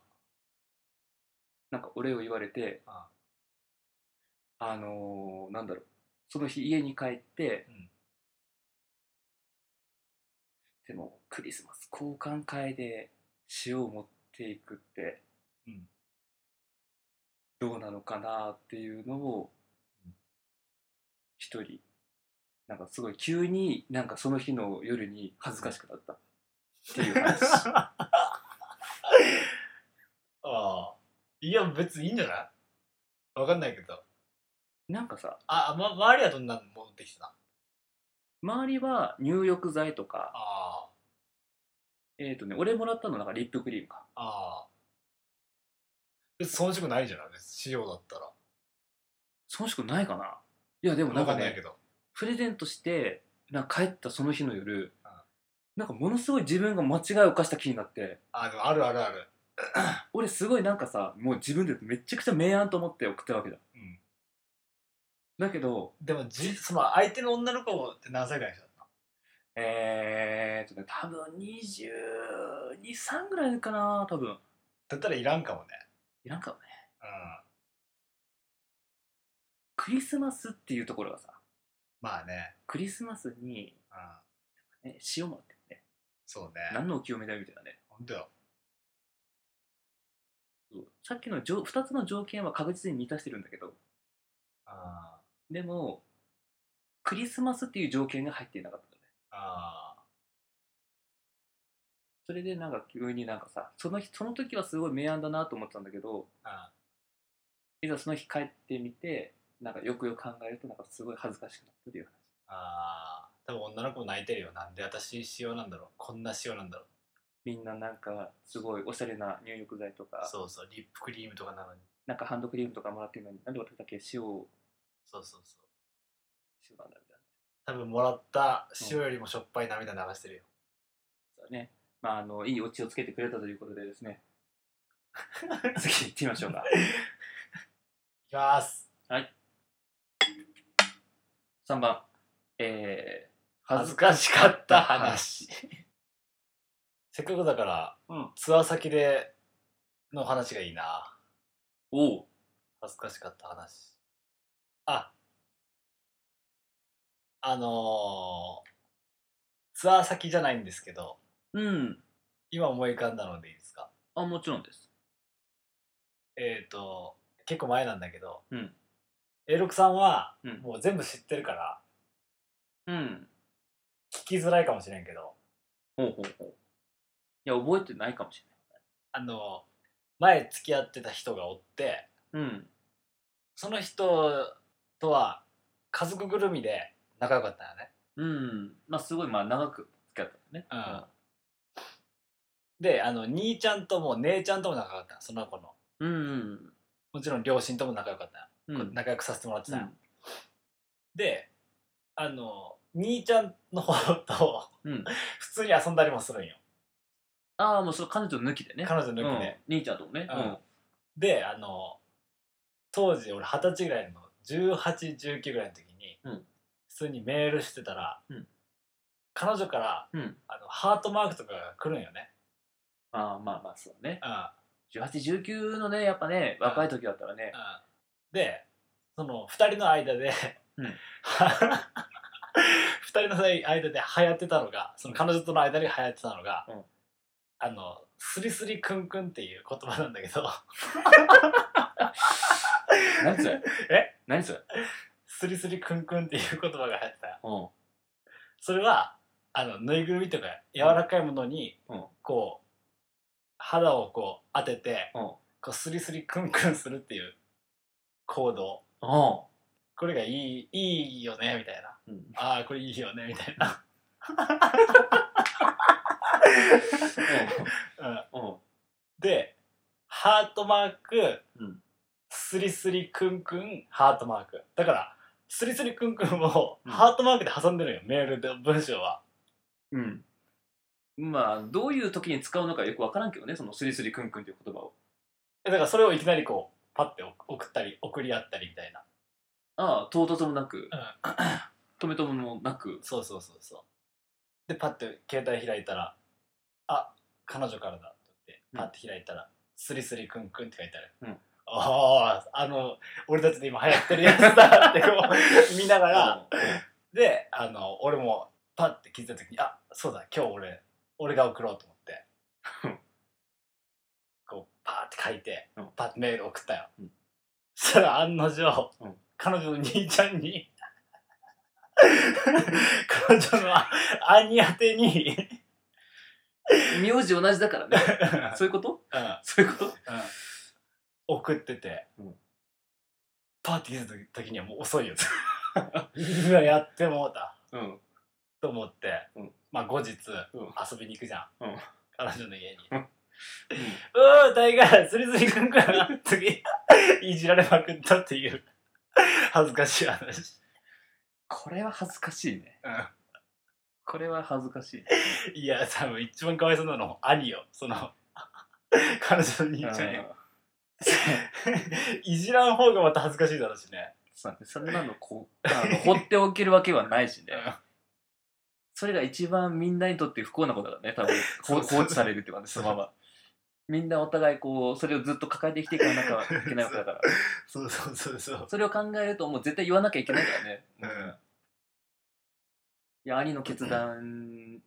[SPEAKER 1] なんかお礼を言われて
[SPEAKER 2] あ
[SPEAKER 1] あのーなんだろうその日家に帰って、
[SPEAKER 2] うん
[SPEAKER 1] でもクリスマス交換会で塩を持っていくって、
[SPEAKER 2] うん
[SPEAKER 1] どうなのかなっていうのを
[SPEAKER 2] うん
[SPEAKER 1] 一人なんかすごい急になんかその日の夜に恥ずかしくなったっていう話
[SPEAKER 2] [laughs] ああいや別にいいんじゃないわかんないけど
[SPEAKER 1] なんかさ
[SPEAKER 2] あ、ま、周りはどんなの戻ってきてた
[SPEAKER 1] 周りは入浴剤とか
[SPEAKER 2] あ
[SPEAKER 1] えっ、とね俺もらったのなんかリップクリームか
[SPEAKER 2] あああ別に遜色ないじゃない別に塩だったら
[SPEAKER 1] 損しくないかないやでもな
[SPEAKER 2] わ
[SPEAKER 1] ん
[SPEAKER 2] か
[SPEAKER 1] か
[SPEAKER 2] んない
[SPEAKER 1] ね
[SPEAKER 2] けど
[SPEAKER 1] プレゼントしてなんか帰ったその日の夜
[SPEAKER 2] うん
[SPEAKER 1] なんかものすごい自分が間違いを犯した気になって
[SPEAKER 2] あでもあるあるある
[SPEAKER 1] 俺すごいなんかさもう自分でめちゃくちゃ明暗と思って送ったわけだ
[SPEAKER 2] うん
[SPEAKER 1] だけど
[SPEAKER 2] でもじその相手の女の子って何歳ぐらいの人だっ
[SPEAKER 1] えーっとね多分223ぐらいかな多分
[SPEAKER 2] ただったらいらんかもね
[SPEAKER 1] いらんかもね
[SPEAKER 2] うん
[SPEAKER 1] クリスマスっていうところがさ
[SPEAKER 2] まあね
[SPEAKER 1] クリスマスに、
[SPEAKER 2] うん
[SPEAKER 1] ね、塩もらってね
[SPEAKER 2] そうね
[SPEAKER 1] 何のお清めだよみたいなね
[SPEAKER 2] ほんとよ
[SPEAKER 1] そうさっきの2つの条件は確実に満たしてるんだけど
[SPEAKER 2] あ
[SPEAKER 1] でも、クリスマスっていう条件が入っていなかったのね。
[SPEAKER 2] ああ
[SPEAKER 1] それでなんか急になんかさ、その日、その時はすごい明暗だなと思ってたんだけど、
[SPEAKER 2] あ
[SPEAKER 1] いざその日帰ってみて、なんかよくよく考えるとなんかすごい恥ずかしくなったっていう話。
[SPEAKER 2] あー多分女の子も泣いてるよなんで私塩なんだろうこんな塩なんだろう
[SPEAKER 1] みんななんかすごいおしゃれな入浴剤とか、
[SPEAKER 2] そうそうリップクリームとかなのに
[SPEAKER 1] なんかハンドクリームとかもらってるのに、なんで私だけ塩を、
[SPEAKER 2] そうそうそう
[SPEAKER 1] 塩なんだみたい
[SPEAKER 2] 多分もらった塩よりもしょっぱい涙流してるよ、
[SPEAKER 1] な。そうね。まあ、あの、いいオチをつけてくれたということでです
[SPEAKER 2] [laughs]
[SPEAKER 1] ね。次行ってみましょうか。
[SPEAKER 2] いきます
[SPEAKER 1] 3番。えー、
[SPEAKER 2] 恥ずかしかった話 [laughs] せっかくだから、
[SPEAKER 1] うん
[SPEAKER 2] ツアー先での話がいいな
[SPEAKER 1] おう
[SPEAKER 2] 恥ずかしかった話ああのー、ツアー先じゃないんですけど
[SPEAKER 1] うん
[SPEAKER 2] 今思い浮かんだのでいいですか
[SPEAKER 1] あもちろんです
[SPEAKER 2] えっ、ー、と結構前なんだけど、
[SPEAKER 1] うん、
[SPEAKER 2] A6 さんは
[SPEAKER 1] うん
[SPEAKER 2] もう全部知ってるから
[SPEAKER 1] うん
[SPEAKER 2] 聞きづらいかもしれんけど
[SPEAKER 1] ほうほうほういや覚えてないかもし
[SPEAKER 2] あの前付き合ってた人がおって
[SPEAKER 1] れないうん
[SPEAKER 2] その人とは家族ぐるみで仲良かったよね
[SPEAKER 1] うんまあすごいまあ長く付き合ったのね
[SPEAKER 2] であの兄ちゃんとも姉ちゃんとも仲良かったのその子の
[SPEAKER 1] うんうん
[SPEAKER 2] もちろん両親とも仲良かった
[SPEAKER 1] う
[SPEAKER 2] の、
[SPEAKER 1] ん
[SPEAKER 2] 仲良くさせてもらって
[SPEAKER 1] う
[SPEAKER 2] たの、
[SPEAKER 1] ん
[SPEAKER 2] であの兄ちゃんの方と
[SPEAKER 1] うん
[SPEAKER 2] [laughs] 普通に遊んだりもするんよ
[SPEAKER 1] ああもうその彼女抜きでね
[SPEAKER 2] 彼女抜きで、
[SPEAKER 1] うん、兄ちゃんともね
[SPEAKER 2] うんであの当時俺二十歳ぐらいの1819ぐらいの時に、
[SPEAKER 1] うん
[SPEAKER 2] 普通にメールしてたら、
[SPEAKER 1] うん
[SPEAKER 2] 彼女から
[SPEAKER 1] うん、うん、
[SPEAKER 2] あのハートマークとかが来るんよね、
[SPEAKER 1] ああまあまあそうね
[SPEAKER 2] うんうん、
[SPEAKER 1] 1819のねやっぱね若い時だったらね
[SPEAKER 2] でその2人の間で、
[SPEAKER 1] うん
[SPEAKER 2] [laughs] 二人の間で流行ってたのがその彼女との間に流行ってたのが、
[SPEAKER 1] うん
[SPEAKER 2] あのスリスリクンクンっていう言葉なんだけど [laughs]
[SPEAKER 1] 何それ
[SPEAKER 2] [laughs] え
[SPEAKER 1] 何それ
[SPEAKER 2] スリスリクンクンっていう言葉が流行ってた
[SPEAKER 1] うん
[SPEAKER 2] それはあのぬいぐるみとか柔らかいものに、
[SPEAKER 1] うん
[SPEAKER 2] こう肌をこう当てて、
[SPEAKER 1] うん
[SPEAKER 2] こうスリスリクンクンするっていう行動
[SPEAKER 1] うん
[SPEAKER 2] これがいいいいよねみたいな
[SPEAKER 1] うん
[SPEAKER 2] ああこれいいよねみたい
[SPEAKER 1] [laughs]
[SPEAKER 2] な、うん、
[SPEAKER 1] うん
[SPEAKER 2] でハートマーク、
[SPEAKER 1] うん
[SPEAKER 2] スリスリクンクンハートマークだからスリスリクンクンを
[SPEAKER 1] うん
[SPEAKER 2] ハートマークで挟んでるよ、メールで文章は
[SPEAKER 1] うんまあどういう時に使うのかよく分からんけどねそのスリスリクンクンっていう言葉を
[SPEAKER 2] えだからそれをいきなりこうパッて送ったり送り合ったりみたいな
[SPEAKER 1] ああ唐突もなく
[SPEAKER 2] うん
[SPEAKER 1] [clears throat] 止めとめもなく
[SPEAKER 2] そうそうそうそうでパッて携帯開いたらあ彼女からだって言って
[SPEAKER 1] うん
[SPEAKER 2] パッて開いたら、スリスリクンクンって書いてある、
[SPEAKER 1] うん
[SPEAKER 2] あああの俺たちで今流行ってるやつだってこう見ながら、であの俺もパッて聞いた時にあそうだ今日俺俺が送ろうと思って
[SPEAKER 1] うん
[SPEAKER 2] こうパーって書いて、
[SPEAKER 1] うん
[SPEAKER 2] パッてメール送ったよ、
[SPEAKER 1] うん
[SPEAKER 2] そしたら案の定、
[SPEAKER 1] うん
[SPEAKER 2] 彼女の兄ちゃんに彼女の兄宛てに
[SPEAKER 1] [laughs] うん名字同じだ [laughs] からねそういうこと
[SPEAKER 2] うん
[SPEAKER 1] そういうこと
[SPEAKER 2] うん送ってて、
[SPEAKER 1] うん
[SPEAKER 2] パーって聞いた時にはもう遅いよ [laughs] うわやってもうた
[SPEAKER 1] うん
[SPEAKER 2] と思って、
[SPEAKER 1] うん
[SPEAKER 2] まあ後日、
[SPEAKER 1] うん
[SPEAKER 2] 遊びに行くじゃん、
[SPEAKER 1] うん
[SPEAKER 2] 彼女の家に「
[SPEAKER 1] う
[SPEAKER 2] うんー大概スリスリくんくん」次いじられまくったっていう恥ずかしい話、
[SPEAKER 1] これは恥ずかしいねこれは恥ずかしい
[SPEAKER 2] いや多分一番かわいそうなの兄よその彼女の兄ちゃんよいじらん方がまた恥ずかしいだろうしね、
[SPEAKER 1] そうねそんなのこうあの放っておけるわけはないしねそれが一番みんなにとって不幸なことだね多分
[SPEAKER 2] [laughs] そう
[SPEAKER 1] こ放置されるっていうかねそ
[SPEAKER 2] そう
[SPEAKER 1] のままみんなお互いこうそれをずっと抱えて生きていかなきゃいけないわけだから
[SPEAKER 2] そうそうそうそう、
[SPEAKER 1] それを考えるともう絶対言わなきゃいけないからね、
[SPEAKER 2] うん
[SPEAKER 1] いや兄の決断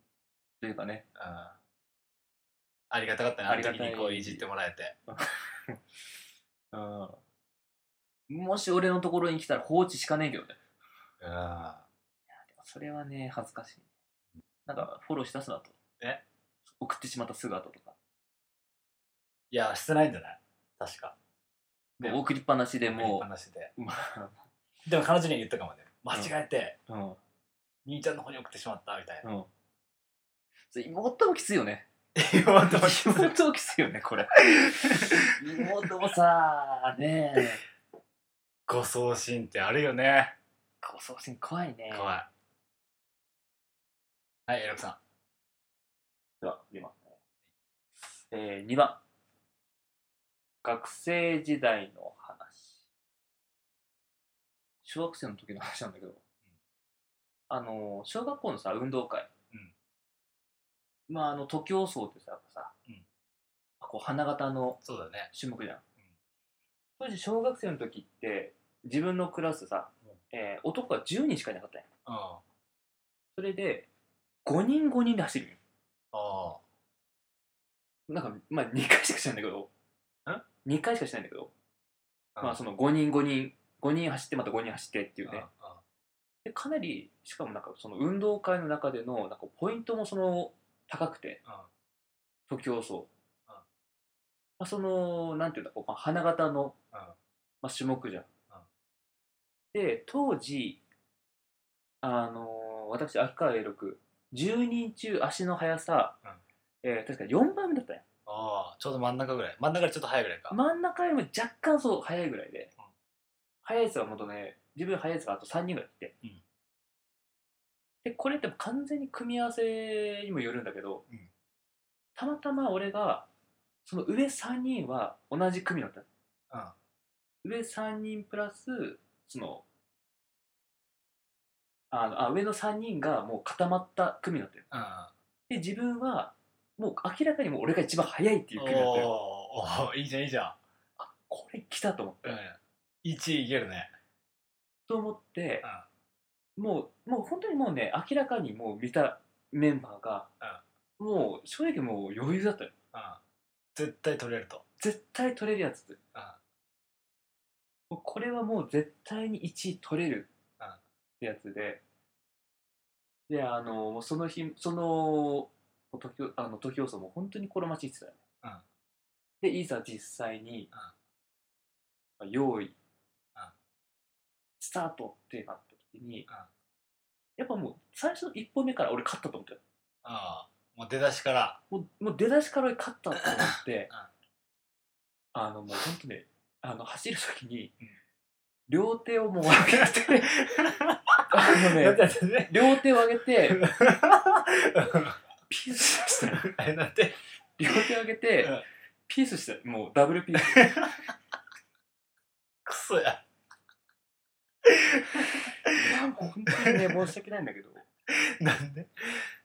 [SPEAKER 1] というかね
[SPEAKER 2] ありがたかったね
[SPEAKER 1] あ
[SPEAKER 2] あ
[SPEAKER 1] り
[SPEAKER 2] の
[SPEAKER 1] が
[SPEAKER 2] 時
[SPEAKER 1] たい
[SPEAKER 2] にこういじってもらえて
[SPEAKER 1] もし俺のところに来たら放置しかねえけどね
[SPEAKER 2] うん
[SPEAKER 1] それはね恥ずかしいなんかフォローしたすなと
[SPEAKER 2] え
[SPEAKER 1] 送ってしまったすぐ後とか
[SPEAKER 2] いやしてないんじゃない確か
[SPEAKER 1] もう送りっぱなしで
[SPEAKER 2] もう
[SPEAKER 1] も
[SPEAKER 2] 話で
[SPEAKER 1] う、まあ
[SPEAKER 2] でも彼女には言ったかもね間違えて、
[SPEAKER 1] うん
[SPEAKER 2] 兄ちゃんの方に送ってしまったみたいな
[SPEAKER 1] うん。それ妹もきついよね。
[SPEAKER 2] [laughs] 妹も
[SPEAKER 1] 妹もきついよね、これ。妹もさ、ねえ。
[SPEAKER 2] 誤送信ってあるよね
[SPEAKER 1] ご送信怖いね。
[SPEAKER 2] 怖いはいエロクさ
[SPEAKER 1] では、見ますね。えー、2番。学生時代の話。小学生の時の話なんだけど、あの、小学校のさ、運動会。
[SPEAKER 2] うん
[SPEAKER 1] まあ、あの、徒競走ってさ、やっぱさ、
[SPEAKER 2] うん
[SPEAKER 1] こう、花形の
[SPEAKER 2] んそうだね
[SPEAKER 1] 種目じゃん。当時小学生の時って自分のクラスさ
[SPEAKER 2] うん、
[SPEAKER 1] えー男が10人しかいなかったんや
[SPEAKER 2] あ
[SPEAKER 1] それで5人5人で走るんよ
[SPEAKER 2] あ
[SPEAKER 1] なんかまあ2回しかしないんだけど
[SPEAKER 2] ん
[SPEAKER 1] 2回しかしないんだけど
[SPEAKER 2] あ
[SPEAKER 1] まあその5人5人5人走ってまた5人走ってっていうね
[SPEAKER 2] あ
[SPEAKER 1] でかなりしかもなんかその運動会の中でのなんかポイントもその高くて
[SPEAKER 2] あ
[SPEAKER 1] 徒競走
[SPEAKER 2] うん
[SPEAKER 1] まあそのなんていうんだこう、まあ、花形の、
[SPEAKER 2] うん
[SPEAKER 1] まあ、種目じゃんで当時あのー私秋川 A610 人中足の速さ、
[SPEAKER 2] うん
[SPEAKER 1] えー確か4番目だったんや
[SPEAKER 2] ああちょうど真ん中ぐらい真ん中よりちょっと早いぐらいか、
[SPEAKER 1] 真ん中よりも若干そう速いぐらいで、
[SPEAKER 2] うん
[SPEAKER 1] 速いやつはもっとね自分より速いやつがあと3人ぐらいいて、
[SPEAKER 2] うん
[SPEAKER 1] でこれって完全に組み合わせにもよるんだけど、
[SPEAKER 2] うん
[SPEAKER 1] たまたま俺がその上3人は同じ組だったの上3人プラスそのあのあ上の3人がもう固まった組になってる
[SPEAKER 2] うんうん
[SPEAKER 1] で自分はもう明らかにもう俺が一番速いっていう組になってる
[SPEAKER 2] おーおーいいじゃんいいじゃ
[SPEAKER 1] これ来たと思って、
[SPEAKER 2] ん、うん、1位いけるね
[SPEAKER 1] と思って、もうもう本当にもうね明らかにもう見たメンバーが、もう正直もう余裕だったよ
[SPEAKER 2] うんうん絶対取れると
[SPEAKER 1] 絶対取れるやつ
[SPEAKER 2] うん
[SPEAKER 1] もうこれはもう絶対に1位取れる
[SPEAKER 2] うん
[SPEAKER 1] ってやつで、で、あの、もうその日、その、時をあの時競争も本当に心待ちにしてたよね。で、いざ実際に、
[SPEAKER 2] うん
[SPEAKER 1] まあ用意、スタートってなった時に、
[SPEAKER 2] うん
[SPEAKER 1] やっぱもう最初の1本目から俺勝ったと思ったよ。
[SPEAKER 2] ああもう出だしから
[SPEAKER 1] もうもう出だしから俺勝ったと思 [laughs] って、あのもう本当ねあの走る時に
[SPEAKER 2] うん
[SPEAKER 1] 両手をもう上げ [laughs] てあの
[SPEAKER 2] [laughs]
[SPEAKER 1] ね
[SPEAKER 2] だってね
[SPEAKER 1] 両手を上げて [laughs] ピースしたよ
[SPEAKER 2] あれなんて
[SPEAKER 1] 両手を上げて
[SPEAKER 2] うん
[SPEAKER 1] ピースしたよもうダブルピース
[SPEAKER 2] クソや
[SPEAKER 1] 本当 [laughs] にね申し訳ないんだけど
[SPEAKER 2] なんで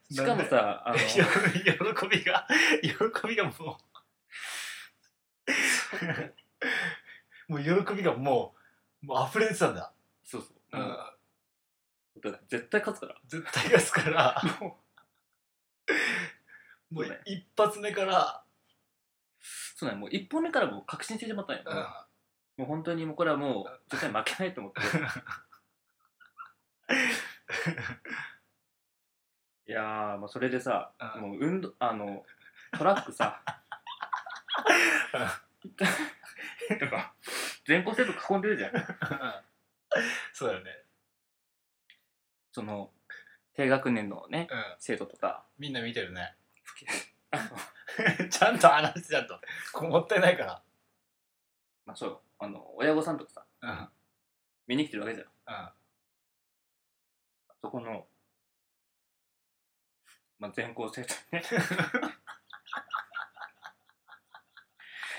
[SPEAKER 1] しかもさあ
[SPEAKER 2] なん
[SPEAKER 1] の
[SPEAKER 2] で [laughs] 喜びが喜びがもう [laughs] もう喜びがもうもう溢れてたんだ、
[SPEAKER 1] そうそう、もうだから絶対勝つから
[SPEAKER 2] 絶対出すから
[SPEAKER 1] も
[SPEAKER 2] もう
[SPEAKER 1] そうね
[SPEAKER 2] 一発目から、
[SPEAKER 1] そうだねもう1本目からもう確信してしまったんや、もう本当にもうこれはもう絶対負けないと思っていやーもうそれでさ、
[SPEAKER 2] うん
[SPEAKER 1] もう運動あのトラックさとか全校生徒囲んでるじゃん
[SPEAKER 2] そうだよね、
[SPEAKER 1] その低学年のね
[SPEAKER 2] うん、
[SPEAKER 1] 生徒と
[SPEAKER 2] [laughs]
[SPEAKER 1] か
[SPEAKER 2] みんな見てるね
[SPEAKER 1] あの
[SPEAKER 2] ちゃんと話してちゃんとこうもったいないか
[SPEAKER 1] まあそうあの親御さんとかさ
[SPEAKER 2] らうん
[SPEAKER 1] 見に来てるわけじゃん
[SPEAKER 2] うん
[SPEAKER 1] そこの、まあ、全校生徒にね
[SPEAKER 2] [laughs]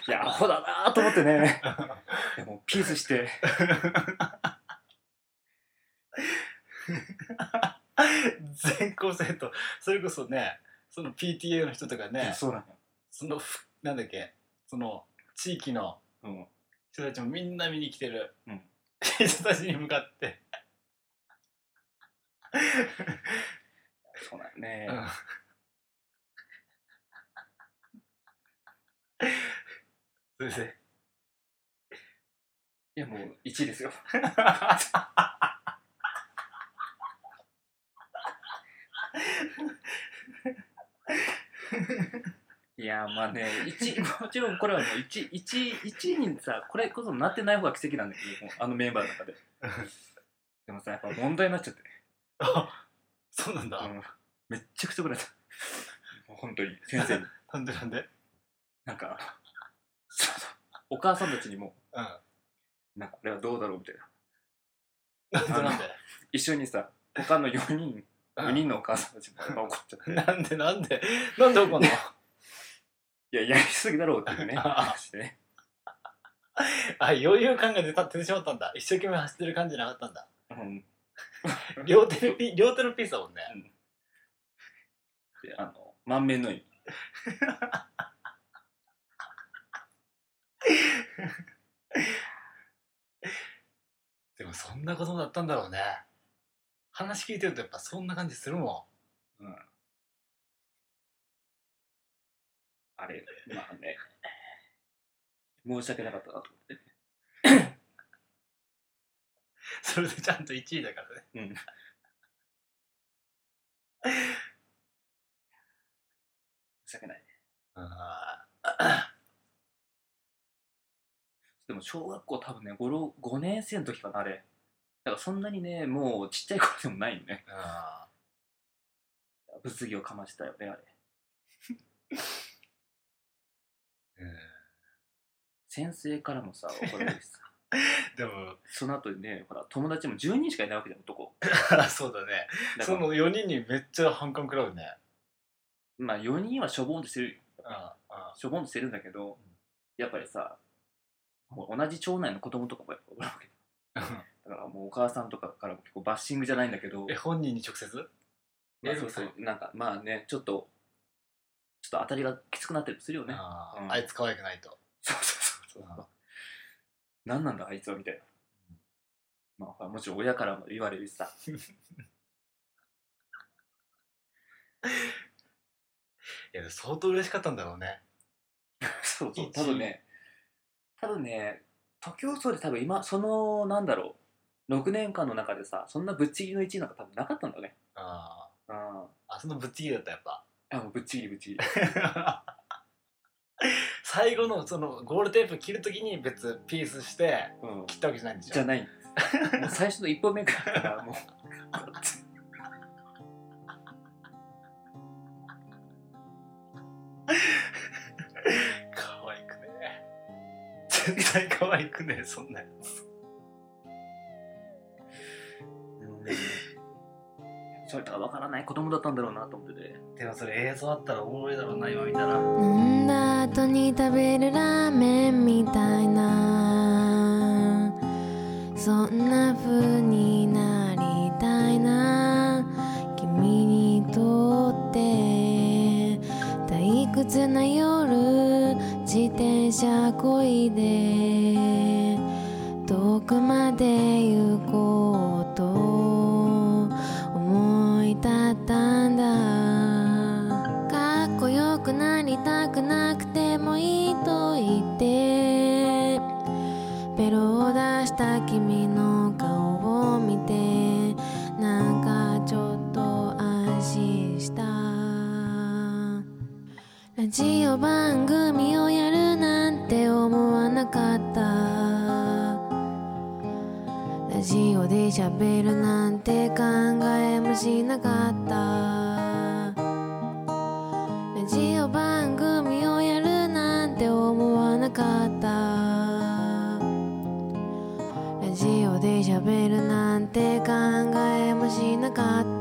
[SPEAKER 1] いやアホだなーと思ってね
[SPEAKER 2] [laughs]
[SPEAKER 1] でもピースして
[SPEAKER 2] 全校生徒それこそねその PTA の人とかね
[SPEAKER 1] そうな
[SPEAKER 2] そのふなんだっけその地域の
[SPEAKER 1] のよ、
[SPEAKER 2] 人たちもみんな見に来てる、
[SPEAKER 1] うん
[SPEAKER 2] 人たちに向かって、
[SPEAKER 1] うん、そうなんよね、
[SPEAKER 2] うんそれで
[SPEAKER 1] いやもう1位ですよ [laughs] いやまあね1位もちろんこれはね 1, 1, 1位にさこれこそなってない方が奇跡なんだけどもうあのメンバーの [laughs] 中ででもさやっぱ問題になっちゃって、
[SPEAKER 2] あそうなんだ、
[SPEAKER 1] うんめっちゃくちゃ怒られたもう本当に先生に
[SPEAKER 2] なんでなんで
[SPEAKER 1] なんかそうそうお母さんたちにも
[SPEAKER 2] うん
[SPEAKER 1] なんかこれはどうだろうみたいな
[SPEAKER 2] なんで
[SPEAKER 1] あの
[SPEAKER 2] なんで
[SPEAKER 1] 一緒にさ他の4人
[SPEAKER 2] うん
[SPEAKER 1] 4人のお母さんたちもやっぱ怒っちゃって
[SPEAKER 2] なんでなんでなんで怒んの
[SPEAKER 1] いややりすぎだろうっていうね話でね
[SPEAKER 2] あ余裕感が出た出てしまったんだ一生懸命走ってる感じじゃなかったんだ
[SPEAKER 1] うん
[SPEAKER 2] 両手のピ両手のピースだもんね
[SPEAKER 1] であの満面の意味
[SPEAKER 2] もそんな子供だったんだろうね話聞いてるとやっぱそんな感じするも
[SPEAKER 1] あれ、まあね、申し訳なかったなと思って。
[SPEAKER 2] んそれでちゃんと1位だからね
[SPEAKER 1] うん。申し訳ない。
[SPEAKER 2] あ
[SPEAKER 1] でも小学校多分ね、5, 5年生の時かな、あれ。だからそんなにね、もうちっちゃい頃でもないよね。
[SPEAKER 2] あ
[SPEAKER 1] 物議をかましたよね、あれ。
[SPEAKER 2] うん
[SPEAKER 1] 先生からもさ、怒られるしさ。
[SPEAKER 2] でも
[SPEAKER 1] その後にね、ほら、友達も10人しかいないわけじゃん、男。
[SPEAKER 2] そうだね
[SPEAKER 1] だか
[SPEAKER 2] そ
[SPEAKER 1] ら、
[SPEAKER 2] の4人にめっちゃ反感食らうね
[SPEAKER 1] まあ4人はしょぼんとしてるよ
[SPEAKER 2] うんうん
[SPEAKER 1] しょぼんとしてるんだけど、
[SPEAKER 2] ん
[SPEAKER 1] やっぱりさ、もう同じ町内の子供とかもやっぱおるわけ。だからもうお母さんとかからも結構バッシングじゃないんだけど、
[SPEAKER 2] え本人に直接
[SPEAKER 1] まあ
[SPEAKER 2] え
[SPEAKER 1] そうそう、なんかまあね、ちょっと、ちょっと当たりがきつくなったりもするよね。
[SPEAKER 2] あ
[SPEAKER 1] うん
[SPEAKER 2] ーあいつ可愛くないと
[SPEAKER 1] そうそうそうそう。何なんだあいつはみたいな。まあほらもちろん親からも言われるしさ。
[SPEAKER 2] いやでも相当嬉しかったんだろうね
[SPEAKER 1] そうそう。多分ね、多分ね、徒競走で多分今、その、なんだろう、6年間の中でさ、そんなぶっちぎりの1位なんか多分なかったんだね。
[SPEAKER 2] あ
[SPEAKER 1] うん。
[SPEAKER 2] ーあそのぶっちぎりだったやっぱ
[SPEAKER 1] あ、もうぶっちぎりぶっちぎり。
[SPEAKER 2] 最後のそのゴールテープ切るときに別ピースして
[SPEAKER 1] うん。
[SPEAKER 2] 切ったわけじゃないんでしょ
[SPEAKER 1] [laughs] じゃないんです。もう最初の一歩目からもう。 [laughs]
[SPEAKER 2] 可愛くね絶対可愛くねそんなやつ
[SPEAKER 1] それとかわからない子供だったんだろうなと思ってて。
[SPEAKER 2] でもそれ映像あったらおもろいだろうな今見たら
[SPEAKER 5] 飲んだ後に食べるラーメンみたいなそんな風になりたいな君にとって退屈な夜自転車こいで遠くまで行こうと思い立ったんだかっこよくなりたくなくてもいいと言ってベロを出した君の顔を見てなんかちょっと安心したラジオ番組をやるなんて思わなかったラジオで喋るなんて考えもしなかったラジオ番組をやるなんて思わなかったラジオで喋るなんて考えもしなかった